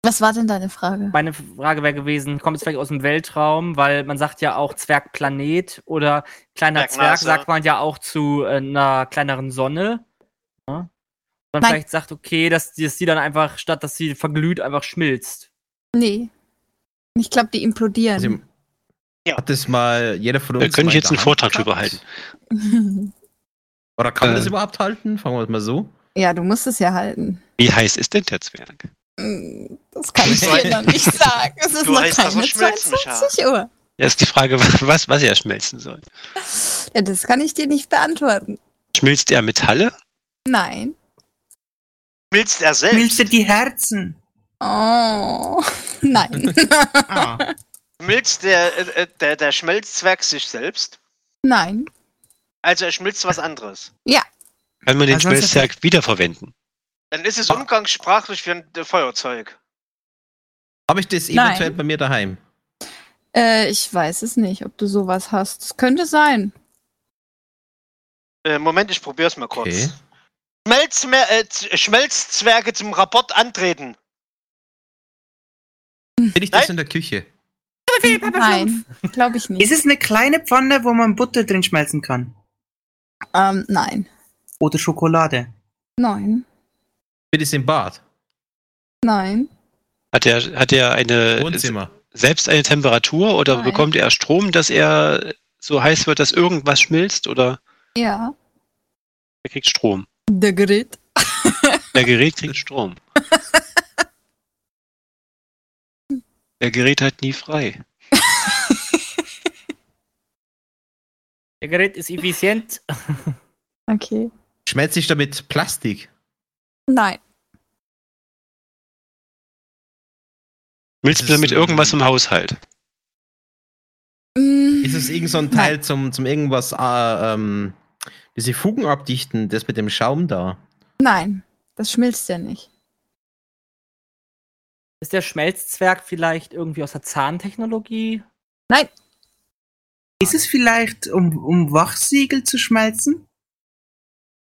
Was war denn deine Frage? Meine Frage wäre gewesen, kommt es vielleicht aus dem Weltraum, weil man sagt ja auch Zwergplanet oder kleiner Zwerg Zwergnase. sagt man ja auch zu äh, einer kleineren Sonne. Ja? Man Nein. vielleicht sagt, okay, dass, die- dass die dann einfach, statt dass sie verglüht, einfach schmilzt. Nee. Ich glaube, die implodieren. Also, Ja. Hat das mal jeder von uns. Da könnte mal ich jetzt in einen der Vortrag Hand gehabt? drüber halten. Oder kann man Äh. das überhaupt halten? Fangen wir es mal so. ja, du musst es ja halten. Wie heiß ist denn der Zwerg? Mm, Das kann ich dir noch nicht sagen. Es ist Du noch heißt, dass er keine schmilzen, Micha. 22 Uhr. Das ist die Frage, was, was er schmelzen soll. Ja, das kann ich dir nicht beantworten. Schmilzt er Metalle? Nein. Schmilzt er selbst? Milze die Herzen. Oh. Nein. Ah. Schmilzt der, äh, äh, der, der Schmelzzwerg sich selbst? Nein. Also er schmilzt was anderes. Kann man den Also sonst- Schmelzzwerg wiederverwenden? Dann ist Ah. es umgangssprachlich für ein äh, Feuerzeug. Habe ich das Nein. eventuell bei mir daheim? Äh, ich weiß es nicht, ob du sowas hast. Es könnte sein. Äh, Moment, ich probier's mal kurz. Okay. Schmelzmer äh, Z- Schmelzzwerge zum Rapport antreten. Bin ich das Nein. in der Küche? Nein. Glaube ich nicht. Ist es eine kleine Pfanne, wo man Butter drin schmelzen kann? Ähm, nein. Oder Schokolade? Nein. Bin ich im Bad? Nein. Hat er, hat er eine Wohnzimmer? selbst eine Temperatur oder Nein. bekommt er Strom, dass er so heiß wird, dass irgendwas schmilzt oder Ja. er kriegt Strom? Der Gerät. Der Gerät kriegt Strom. Der Gerät hat nie frei. Der Gerät ist effizient. Okay. Schmelze ich damit Plastik? Nein. Schmilzt Das ist ähm, damit ein- irgendwas im Haushalt? Mm, Ist es irgend so ein Teil zum, zum irgendwas, ah, ähm, diese Fugen abdichten, das mit dem Schaum da? Nein. Das schmilzt ja nicht. Ist der Schmelzzwerg vielleicht irgendwie aus der Zahntechnologie? Ist es vielleicht, um, um Wachsiegel zu schmelzen?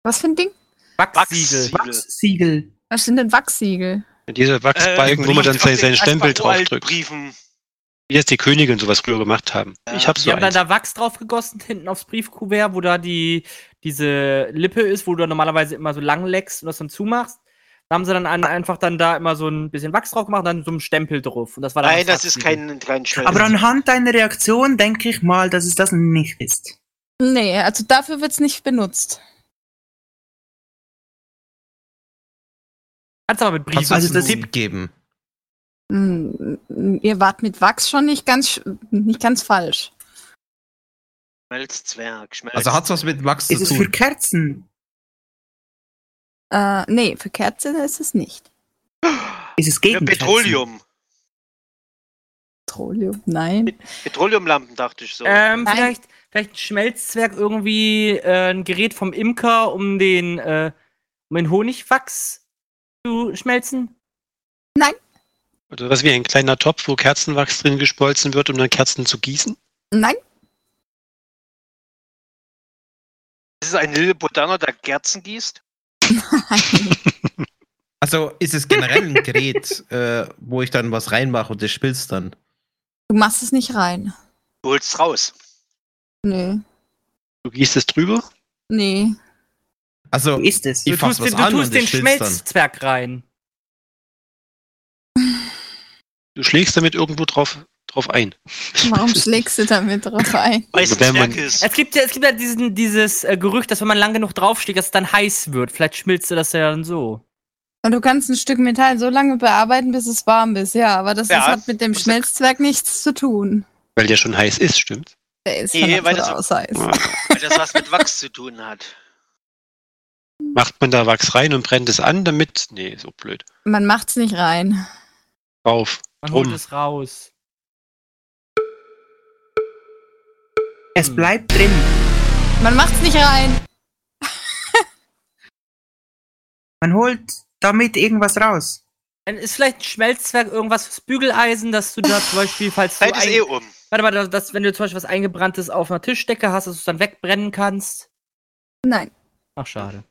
Was für ein Ding? Wachsiegel. Wachsiegel. Was sind denn Wachsiegel? Äh, Dieser Äh, Wachsbalken, wo man dann seinen seinen Stempel draufdrückt. Briefen. Wie das die Königin sowas früher gemacht haben. Ich hab Die so haben dann eins. da Wachs draufgegossen, hinten aufs Briefkuvert, wo da die, diese Lippe ist, wo du dann normalerweise immer so lang leckst und das dann zumachst. Da haben sie dann an, einfach dann da immer so ein bisschen Wachs drauf gemacht und dann so einen Stempel drauf. Und das war dann Nein, das ist Wachsiegel. kein, kein Schmelz. Aber anhand deiner Reaktion denke ich mal, dass es das nicht ist. Nee, also dafür wird's nicht benutzt. Hat's aber mit Kannst Briefen du Also also zu einen das- tun. Tipp geben? Mm, Ihr wart mit Wachs schon nicht ganz, sch- nicht ganz falsch. Schmelzzwerg. Schmelz. Also hat es was mit Wachs Ist zu es für tun? Kerzen? Äh, nee, für Kerze ist es nicht. Ist es Ja, gegen Petroleum. Petroleum, nein. Petroleumlampen, dachte ich so. Ähm, Nein. vielleicht, vielleicht ein Schmelzzwerg irgendwie äh, ein Gerät vom Imker, um den, äh, um den Honigwachs zu schmelzen. Oder Also was wie ein kleiner Topf, wo Kerzenwachs drin geschmolzen wird, um dann Kerzen zu gießen? Nein, Ist es ein Lilliputaner, der Kerzen gießt? Also ist es generell ein Gerät, äh, wo ich dann was reinmache und das spielst dann. Du machst es nicht rein. Du holst raus. Nee. Du gießt es drüber? Nee. Also ist es? ich Du fass tust was den, du an tust und den ich spiel's dann. Schmelzzwerg rein. Du schlägst damit irgendwo drauf, drauf ein. Warum schlägst du damit drauf ein? Weil es Wenn man- Stärke ist. Es gibt ja, es gibt ja diesen, dieses äh, Gerücht, dass wenn man lang genug draufschlägt, dass es dann heiß wird. Vielleicht schmilzt du das ja dann so. Und du kannst ein Stück Metall so lange bearbeiten, bis es warm ist, ja. Aber das, das Ja. hat mit dem Schmelzzwerg nichts zu tun. Weil der schon heiß ist, stimmt. Der ist Nee, von weil Natur aus das- heiß. Weil das was mit Wachs zu tun hat. Macht man da Wachs rein und brennt es an, damit. Nee, so blöd. Man macht's nicht rein. Drauf. Man holt Drum. es raus. Es bleibt drin. Man macht's nicht rein. Man holt damit irgendwas raus. Dann ist vielleicht ein Schmelzzwerg irgendwas fürs Bügeleisen, dass du da zum Beispiel, falls du. Zeit ist ein- eh um. Warte mal, dass, wenn du zum Beispiel was Eingebranntes auf einer Tischdecke hast, dass du es dann wegbrennen kannst. Nein. Ach, schade.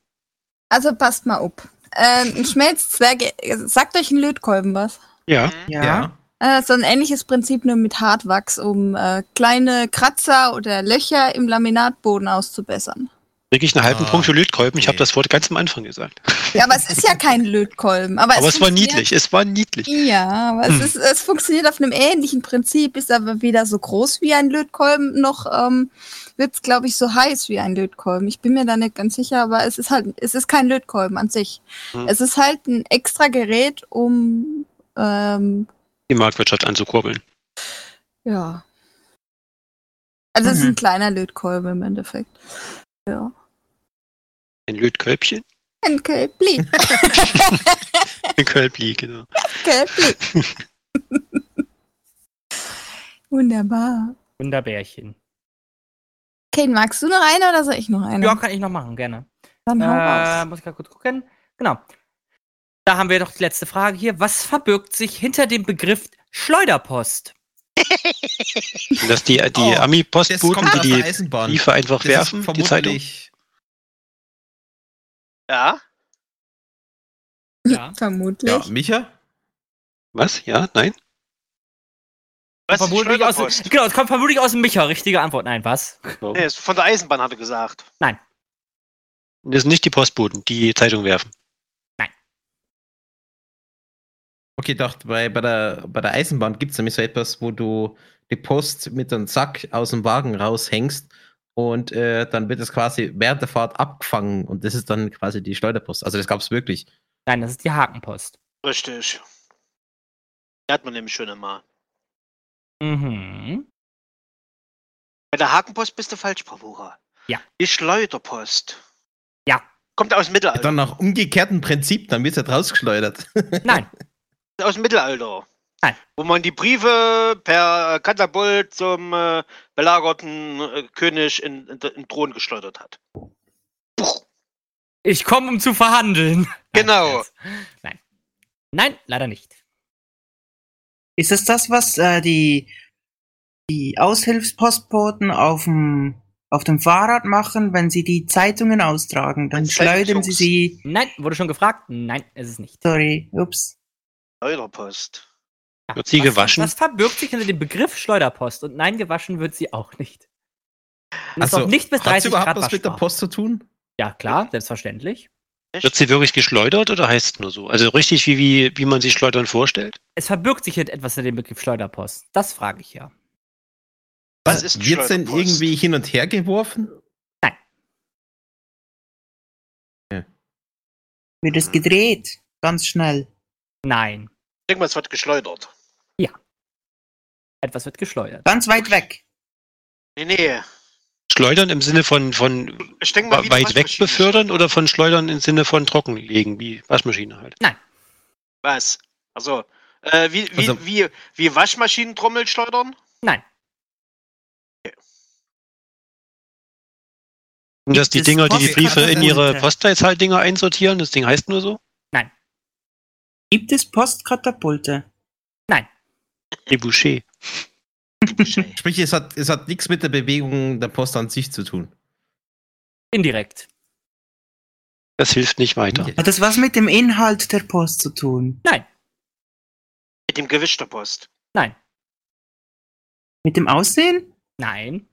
Also passt mal auf. Ähm, ein Schmelzzwerg, äh, sagt euch ein Lötkolben was. Ja. Ja. Äh, so ein ähnliches Prinzip nur mit Hartwachs, um äh, kleine Kratzer oder Löcher im Laminatboden auszubessern. Krieg ich einen halben Ah. Punkt für Lötkolben. Ich habe Nee. das Wort ganz am Anfang gesagt. Ja, aber es ist ja kein Lötkolben. Aber, Aber es war Also funktioniert- niedlich. Es war niedlich. Ja, aber Hm. es, ist, es funktioniert auf einem ähnlichen Prinzip, ist aber weder so groß wie ein Lötkolben, noch ähm, wird's, glaub glaube ich, so heiß wie ein Lötkolben. Ich bin mir da nicht ganz sicher, aber es ist halt, es ist kein Lötkolben an sich. Hm. Es ist halt ein extra Gerät, um ähm, Die Marktwirtschaft anzukurbeln. ja. Also es ist Mhm. ein kleiner Lötkolben im Endeffekt. Ja. Ein Lötkölbchen? Ein Kälbli, Ein Kölbli, genau. Kälbli. Wunderbar. Wunderbärchen. Kane, magst du noch eine oder soll ich noch eine? Ja, kann ich noch machen, gerne. Dann Genau. hau raus. Äh, muss ich gerade kurz gucken. Genau. Da haben wir noch die letzte Frage hier. Was verbirgt sich hinter dem Begriff Schleuderpost? Und dass die, die Oh, Das Ami-Postboten, kommt die aus der die Eisenbahn. Briefe einfach Das ist werfen, die Zeitung. vermutlich- Ja? Ähm, Ja. Vermutlich. Ja, Micha? Was? Ja? Nein? Was ist vermutlich aus, Schleuderpost? genau, es kommt vermutlich aus dem Micha. Richtige Antwort. Nein, was? Nee, ist von der Eisenbahn, hat er gesagt. Das sind nicht die Postboten, die Zeitung werfen. Okay, doch, bei, bei, der, bei der Eisenbahn gibt es nämlich so etwas, wo du die Post mit einem Sack aus dem Wagen raushängst und äh, dann wird es quasi während der Fahrt abgefangen und das ist dann quasi die Schleuderpost. Also das gab es wirklich. Nein, das ist die Hakenpost. Richtig. Die hat man nämlich schon immer. Mhm. Bei der Hakenpost bist du falsch, Bravura. Ja. Die Schleuderpost. Ja. Kommt aus dem Mittelalter. Dann nach umgekehrtem Prinzip, dann wird es halt rausgeschleudert. Nein. aus dem Mittelalter. Nein. Wo man die Briefe per Katapult zum äh, belagerten äh, König in, in, in Thron geschleudert hat. Ich komme, um zu verhandeln. Genau. Nein. Nein, leider nicht. Ist es das, was äh, die, die Aushilfspostboten auf dem, auf dem Fahrrad machen, wenn sie die Zeitungen austragen? Dann Als schleudern sie Zeitungsjungs. sie. Nein, wurde schon gefragt. Nein, ist es nicht. Sorry, ups. Schleuderpost. Wird sie was, gewaschen? Was verbirgt sich hinter dem Begriff Schleuderpost? Und nein, gewaschen wird sie auch nicht. Und ist auch nicht bis hat's 30 überhaupt Grad was mit der waschbar. Post zu tun? Ja, klar, selbstverständlich. Wird sie wirklich geschleudert oder heißt es nur so? Also richtig, wie, wie, wie man sich Schleudern vorstellt? Es verbirgt sich hier etwas hinter dem Begriff Schleuderpost. Das frage ich ja. Was ist die Wird denn Schleuderpost? irgendwie hin und her geworfen? Wird es gedreht? Ganz schnell. Nein, Ich denke mal, es wird geschleudert. etwas wird geschleudert. Ganz weit weg. Nee, nee. Schleudern im Sinne von, von Ich denke mal, wie wa- eine weit weg Waschmaschine. befördern oder von Schleudern im Sinne von trockenlegen, wie Waschmaschine halt. Was? Also, äh, wie, wie, Also- wie, wie Waschmaschinentrommel schleudern? Und dass die Das Dinger, die die kostet Briefe in ihre Katapulter. Postleitzahl-Dinger einsortieren, das Ding heißt nur so? Gibt es Postkatapulte? Die Boucher. Sprich, es hat, es hat nichts mit der Bewegung der Post an sich zu tun. Indirekt. Das hilft nicht weiter. Hat das was mit dem Inhalt der Post zu tun? Nein. Mit dem Gewicht der Post. Nein. Mit dem Aussehen? Nein.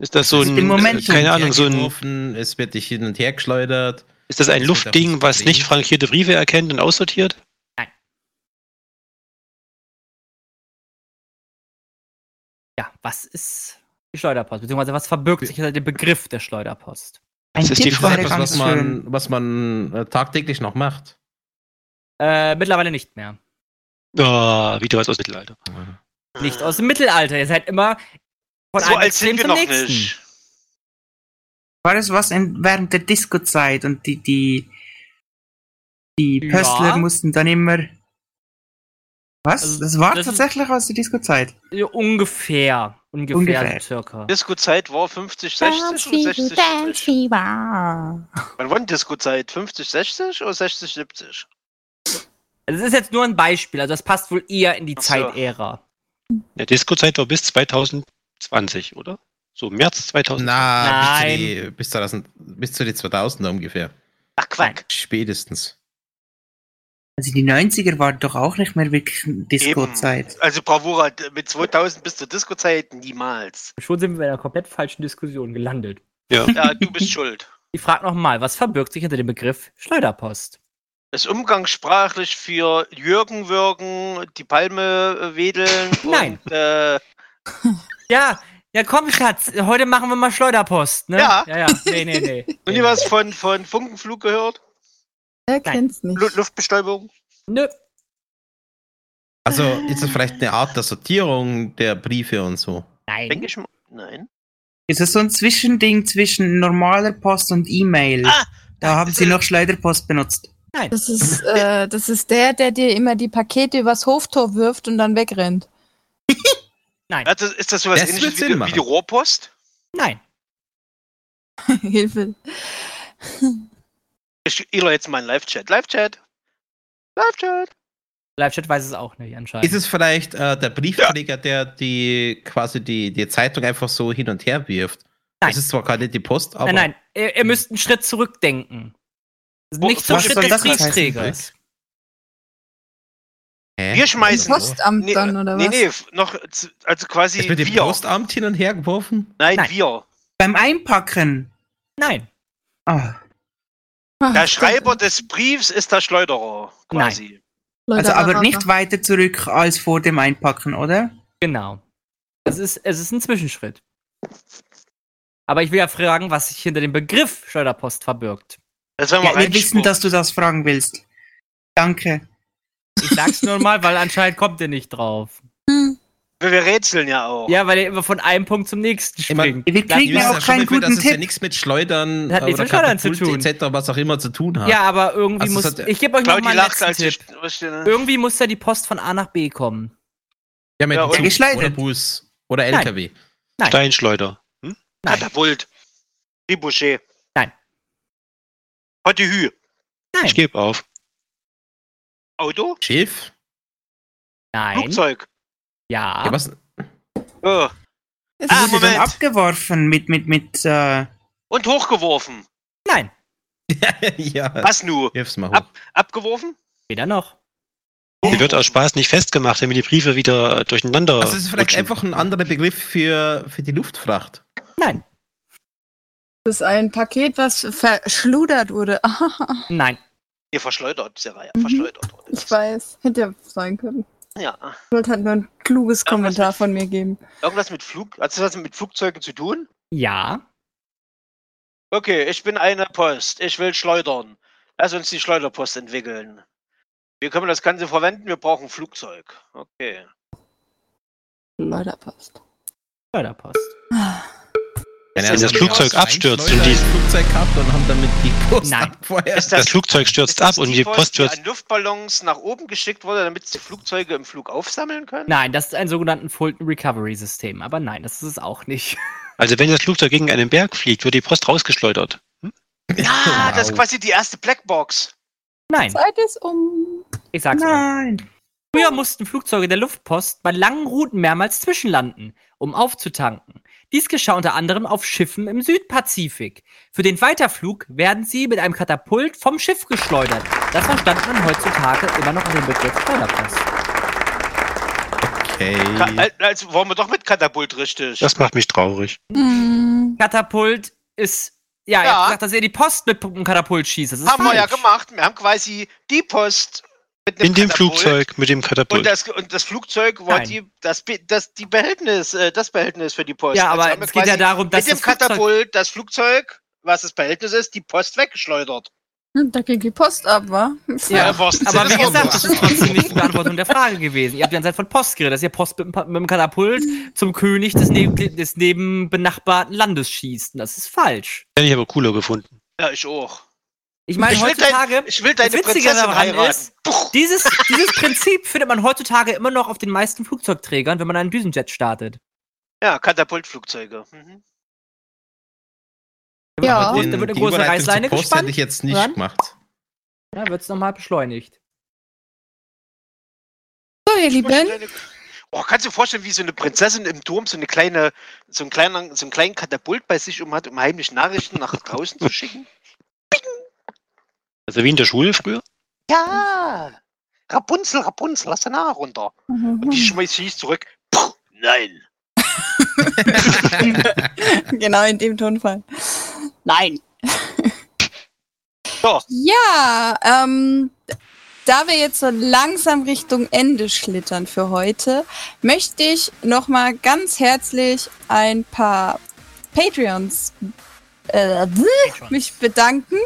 Ist das so Es Also ein, wird äh, hin und keine her Ahnung, so ein, geworfen, es wird dich hin und her geschleudert. ist das ein Es wird auf Luftding, dich was nicht bewegt. frankierte Briefe erkennt und aussortiert? Ja, was ist die Schleuderpost? Beziehungsweise was verbirgt sich hinter dem Begriff der Schleuderpost? Ein Das ist die Tipp Das ist Frage. wäre etwas, ganz was schön. man, was man äh, tagtäglich noch macht. Äh, mittlerweile nicht mehr. Ah, wie du was aus Mittelalter. Nicht aus dem Mittelalter. Ihr seid immer von so einem alt sind Extrem wir zum noch nächsten. nicht. War das was in, während der Disco-Zeit und die, die, die Ja. Pöstler mussten dann immer. Was? Also, das war das ist- tatsächlich aus der Disco-Zeit. Ja, Ungefähr. Ungefähr, Ungefähr. circa. Disco-Zeit war 50, 60 und 60, 70. Wann war denn Disco-Zeit? 50, 60 oder 60, 70? Also es ist jetzt nur ein Beispiel, also das passt wohl eher in die Ach so. Zeitära. Der Disco-Zeit war bis 2020, oder? So März 2000. Na, Nein. Bis, zu die, bis, 2000, bis zu die 2000er ungefähr. Ach, Quack. Spätestens. Also die 90er war doch auch nicht mehr wirklich Disco-Zeit. Also Bravura, d- mit 2000 bis zur Disco-Zeit niemals. Schon sind wir bei einer komplett falschen Diskussion gelandet. Ja. Ja, du bist schuld. Ich frage nochmal, was verbirgt sich hinter dem Begriff Schleuderpost? Ist umgangssprachlich für Jürgen würgen, die Palme äh, wedeln Nein. und äh, Ja, ja komm, Schatz, heute machen wir mal Schleuderpost, ne? Ja. Ja, ja, nee, nee, nee. noch nie was von, von Funkenflug gehört? Er kennt's nicht. Lu Luftbestäubung? Nö, Also ist es vielleicht eine Art der Sortierung der Briefe und so. Denke nein. ich mal. Nein. Ist das so ein Zwischending zwischen normaler Post und E-Mail? Ah, da haben sie noch Schleuderpost benutzt. Das ist, äh, das ist der, der dir immer die Pakete übers Hoftor wirft und dann wegrennt. Hat das, Also, ist das sowas Das wird ähnliches wie, Sinn die- wie machen. die Rohrpost? Nein. Hilfe. Ich ich jetzt mal einen Live-Chat. Live-Chat. Live-Chat. Live-Chat weiß es auch nicht anscheinend. Ist es vielleicht äh, der Briefträger, der die quasi die, die Zeitung einfach so hin und her wirft? Nein. Das ist zwar gerade die Post, aber nein, nein, ihr, ihr müsst einen Schritt zurückdenken. Wo- Nicht zum was Schritt soll des das heißen? Briefträgers. Hä? Wir schmeißen- Also, Postamt dann, oder nee, was? nee, f- noch, z- also quasi Es wird dem wir. Postamt hin und her geworfen? Nein, Nein. wir. Beim Einpacken. Nein, Ah, Ach, Der Schreiber des Briefs ist der Schleuderer, quasi. Leute, also aber Araber. nicht weiter zurück als vor dem Einpacken, oder? genau. Es ist, es ist ein Zwischenschritt. Aber ich will ja fragen, was sich hinter dem Begriff Schleuderpost verbirgt. Das werden Ja, wir wir wissen, reinsprudeln. dass du das fragen willst. Danke. Ich sag's nur mal, weil anscheinend kommt ihr nicht drauf. Hm. Wir wir rätseln ja auch. Ja, weil ihr immer von einem Punkt zum nächsten Ich mein, springt. Wir kriegen ja auch keinen dass guten es ja Tipp. nichts mit Schleudern äh, Hat nichts oder mit Schleudern zu Katapult etc., was auch immer zu tun hat. ja, aber irgendwie Also es muss. hat- ich gebe euch noch mal Claudi einen lacht, letzten als Tipp. ich. was denn? Irgendwie muss ja die Post von A nach B kommen. ja mit Ja, dem und Zug geschleudert. oder Bus oder Nein. LKW. Steinschleuder. Nein. Katapult. Ribouché. Nein. Hotte Hü. Ich gebe auf. Auto? Schiff? Nein. Flugzeug. Ja. Ja, was? Oh. Es Ah, Ah, ist- wurde dann Moment. abgeworfen mit, mit, mit, äh, Und hochgeworfen. Nein. ja. Was nu? Wirf's mal Ab- hoch. Abgeworfen? Weder noch. Die wird aus Spaß nicht festgemacht, damit die Briefe wieder äh, durcheinander. Also es ist vielleicht rutschen. einfach ein anderer Begriff für, für die Luftfracht. Nein. Das ist ein Paket, was verschludert wurde. Nein. Ihr verschleudert, Seraya. Mhm. Verschleudert. oder ich was? weiß, hätte ja sein können. Ja. Wollte halt nur ein kluges Ja, was- Kommentar von mir geben. Irgendwas mit Flug. Hat das was mit Flugzeugen zu tun? Ja. Okay, ich bin eine Post. Ich will schleudern. Lass uns die Schleuderpost entwickeln. Wir können das Ganze verwenden. Wir brauchen ein Flugzeug. Okay. Leute, passt. Schleuderpost. Wenn das Flugzeug abstürzt und die- Flugzeug gehabt und haben damit die Post Nein. ab vorher. Ist Das Flugzeug ist stürzt das ab und die Post die stürzt. an Luftballons nach oben geschickt wurde, damit die Flugzeuge im Flug aufsammeln können? Nein, das ist ein sogenannten Fulton Recovery System. Aber nein, das ist es auch nicht. Also wenn das Flugzeug gegen einen Berg fliegt, wird die Post rausgeschleudert. Ah, das ist Wow. quasi die erste Blackbox. Nein. Zeit ist um. Ich sag's euch. nein. Früher mussten Flugzeuge der Luftpost bei langen Routen mehrmals zwischenlanden, um aufzutanken. Dies geschah unter anderem auf Schiffen im Südpazifik. Für den Weiterflug werden sie mit einem Katapult vom Schiff geschleudert. Das verstand man heutzutage immer noch unter dem Begriff Schleuderpass. Ka al- also waren wir doch mit Katapult richtig. Mhm. Das macht mich traurig. Hm. Katapult ist, ja, ihr Ja. habt gesagt, dass ihr die Post mit einem Katapult schießt. Das ist haben wir ja falsch. gemacht. Wir haben quasi die Post mit einem In dem Katapult Flugzeug mit dem Und Katapult. das, und das Flugzeug war Nein. die, das, Be- das, die Behältnis, äh, das Behältnis für die Post. Also Ja, aber haben wir es geht ja quasi darum, dass Mit dem das Flugzeug- Katapult das Flugzeug, was das Behältnis ist, die Post weggeschleudert. Hm, Da ging die Post ab, wa? Ja, Im wahrsten aber Sinne wie des gesagt, das Wortes. ist trotzdem nicht die Beantwortung der Frage gewesen. Ihr habt die ganze Zeit von Post geredet, dass ihr Post mit, dem Pa- mit dem Katapult zum König des, neben, des nebenbenachbarten Landes schießt. Und Das ist falsch. Hätte ich aber cooler gefunden. Ja, ich auch. Ich meine, ich, will heutzutage, dein, ich will deine das Witzige Prinzessin daran heiraten. ist- Puch. dieses, dieses Prinzip findet man heutzutage immer noch auf den meisten Flugzeugträgern, wenn man einen Düsenjet startet. Ja, Katapultflugzeuge. Mhm. Da wird Ja. eine große- Da Den- wird eine die große Überleitung Reißleine zur Post hätte gespannt. ich jetzt nicht Dann? gemacht. Da wird es nochmal beschleunigt. So, ihr Lieben. Oh, kannst du dir vorstellen, wie so eine Prinzessin im Turm so eine kleine, so einen kleinen, so einen kleinen Katapult bei sich um hat, um heimlich Nachrichten nach draußen zu schicken? Also wie in der Schule früher. Ja! Rapunzel, Rapunzel, lass deine Haare runter. Und Hm. die schmeißt schießt zurück. Puh, nein. genau in dem Tonfall. Nein. So. Ja, ähm, da wir jetzt so langsam Richtung Ende schlittern für heute, möchte ich nochmal ganz herzlich ein paar Patreons äh, mich bedanken.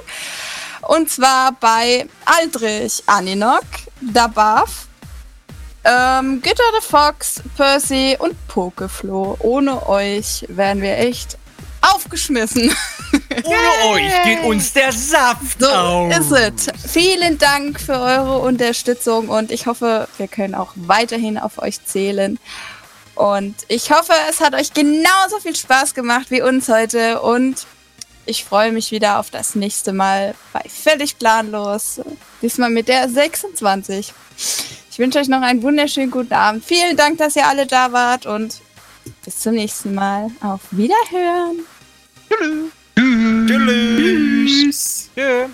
Und zwar bei Aldrich Aninok, Dabaf, ähm, Gitter the Fox, Percy und Pokeflo. Ohne euch wären wir echt aufgeschmissen. Ohne euch geht uns der Saft So aus. ist es. Vielen Dank für eure Unterstützung und ich hoffe, wir können auch weiterhin auf euch zählen. Und ich hoffe, es hat euch genauso viel Spaß gemacht wie uns heute und ich freue mich wieder auf das nächste Mal bei Völlig Planlos. Diesmal mit der 26. Ich wünsche euch noch einen wunderschönen guten Abend. Vielen Dank, dass ihr alle da wart und bis zum nächsten Mal. Auf Wiederhören. Tschüss. Tschüss. Tschüss. Tschö.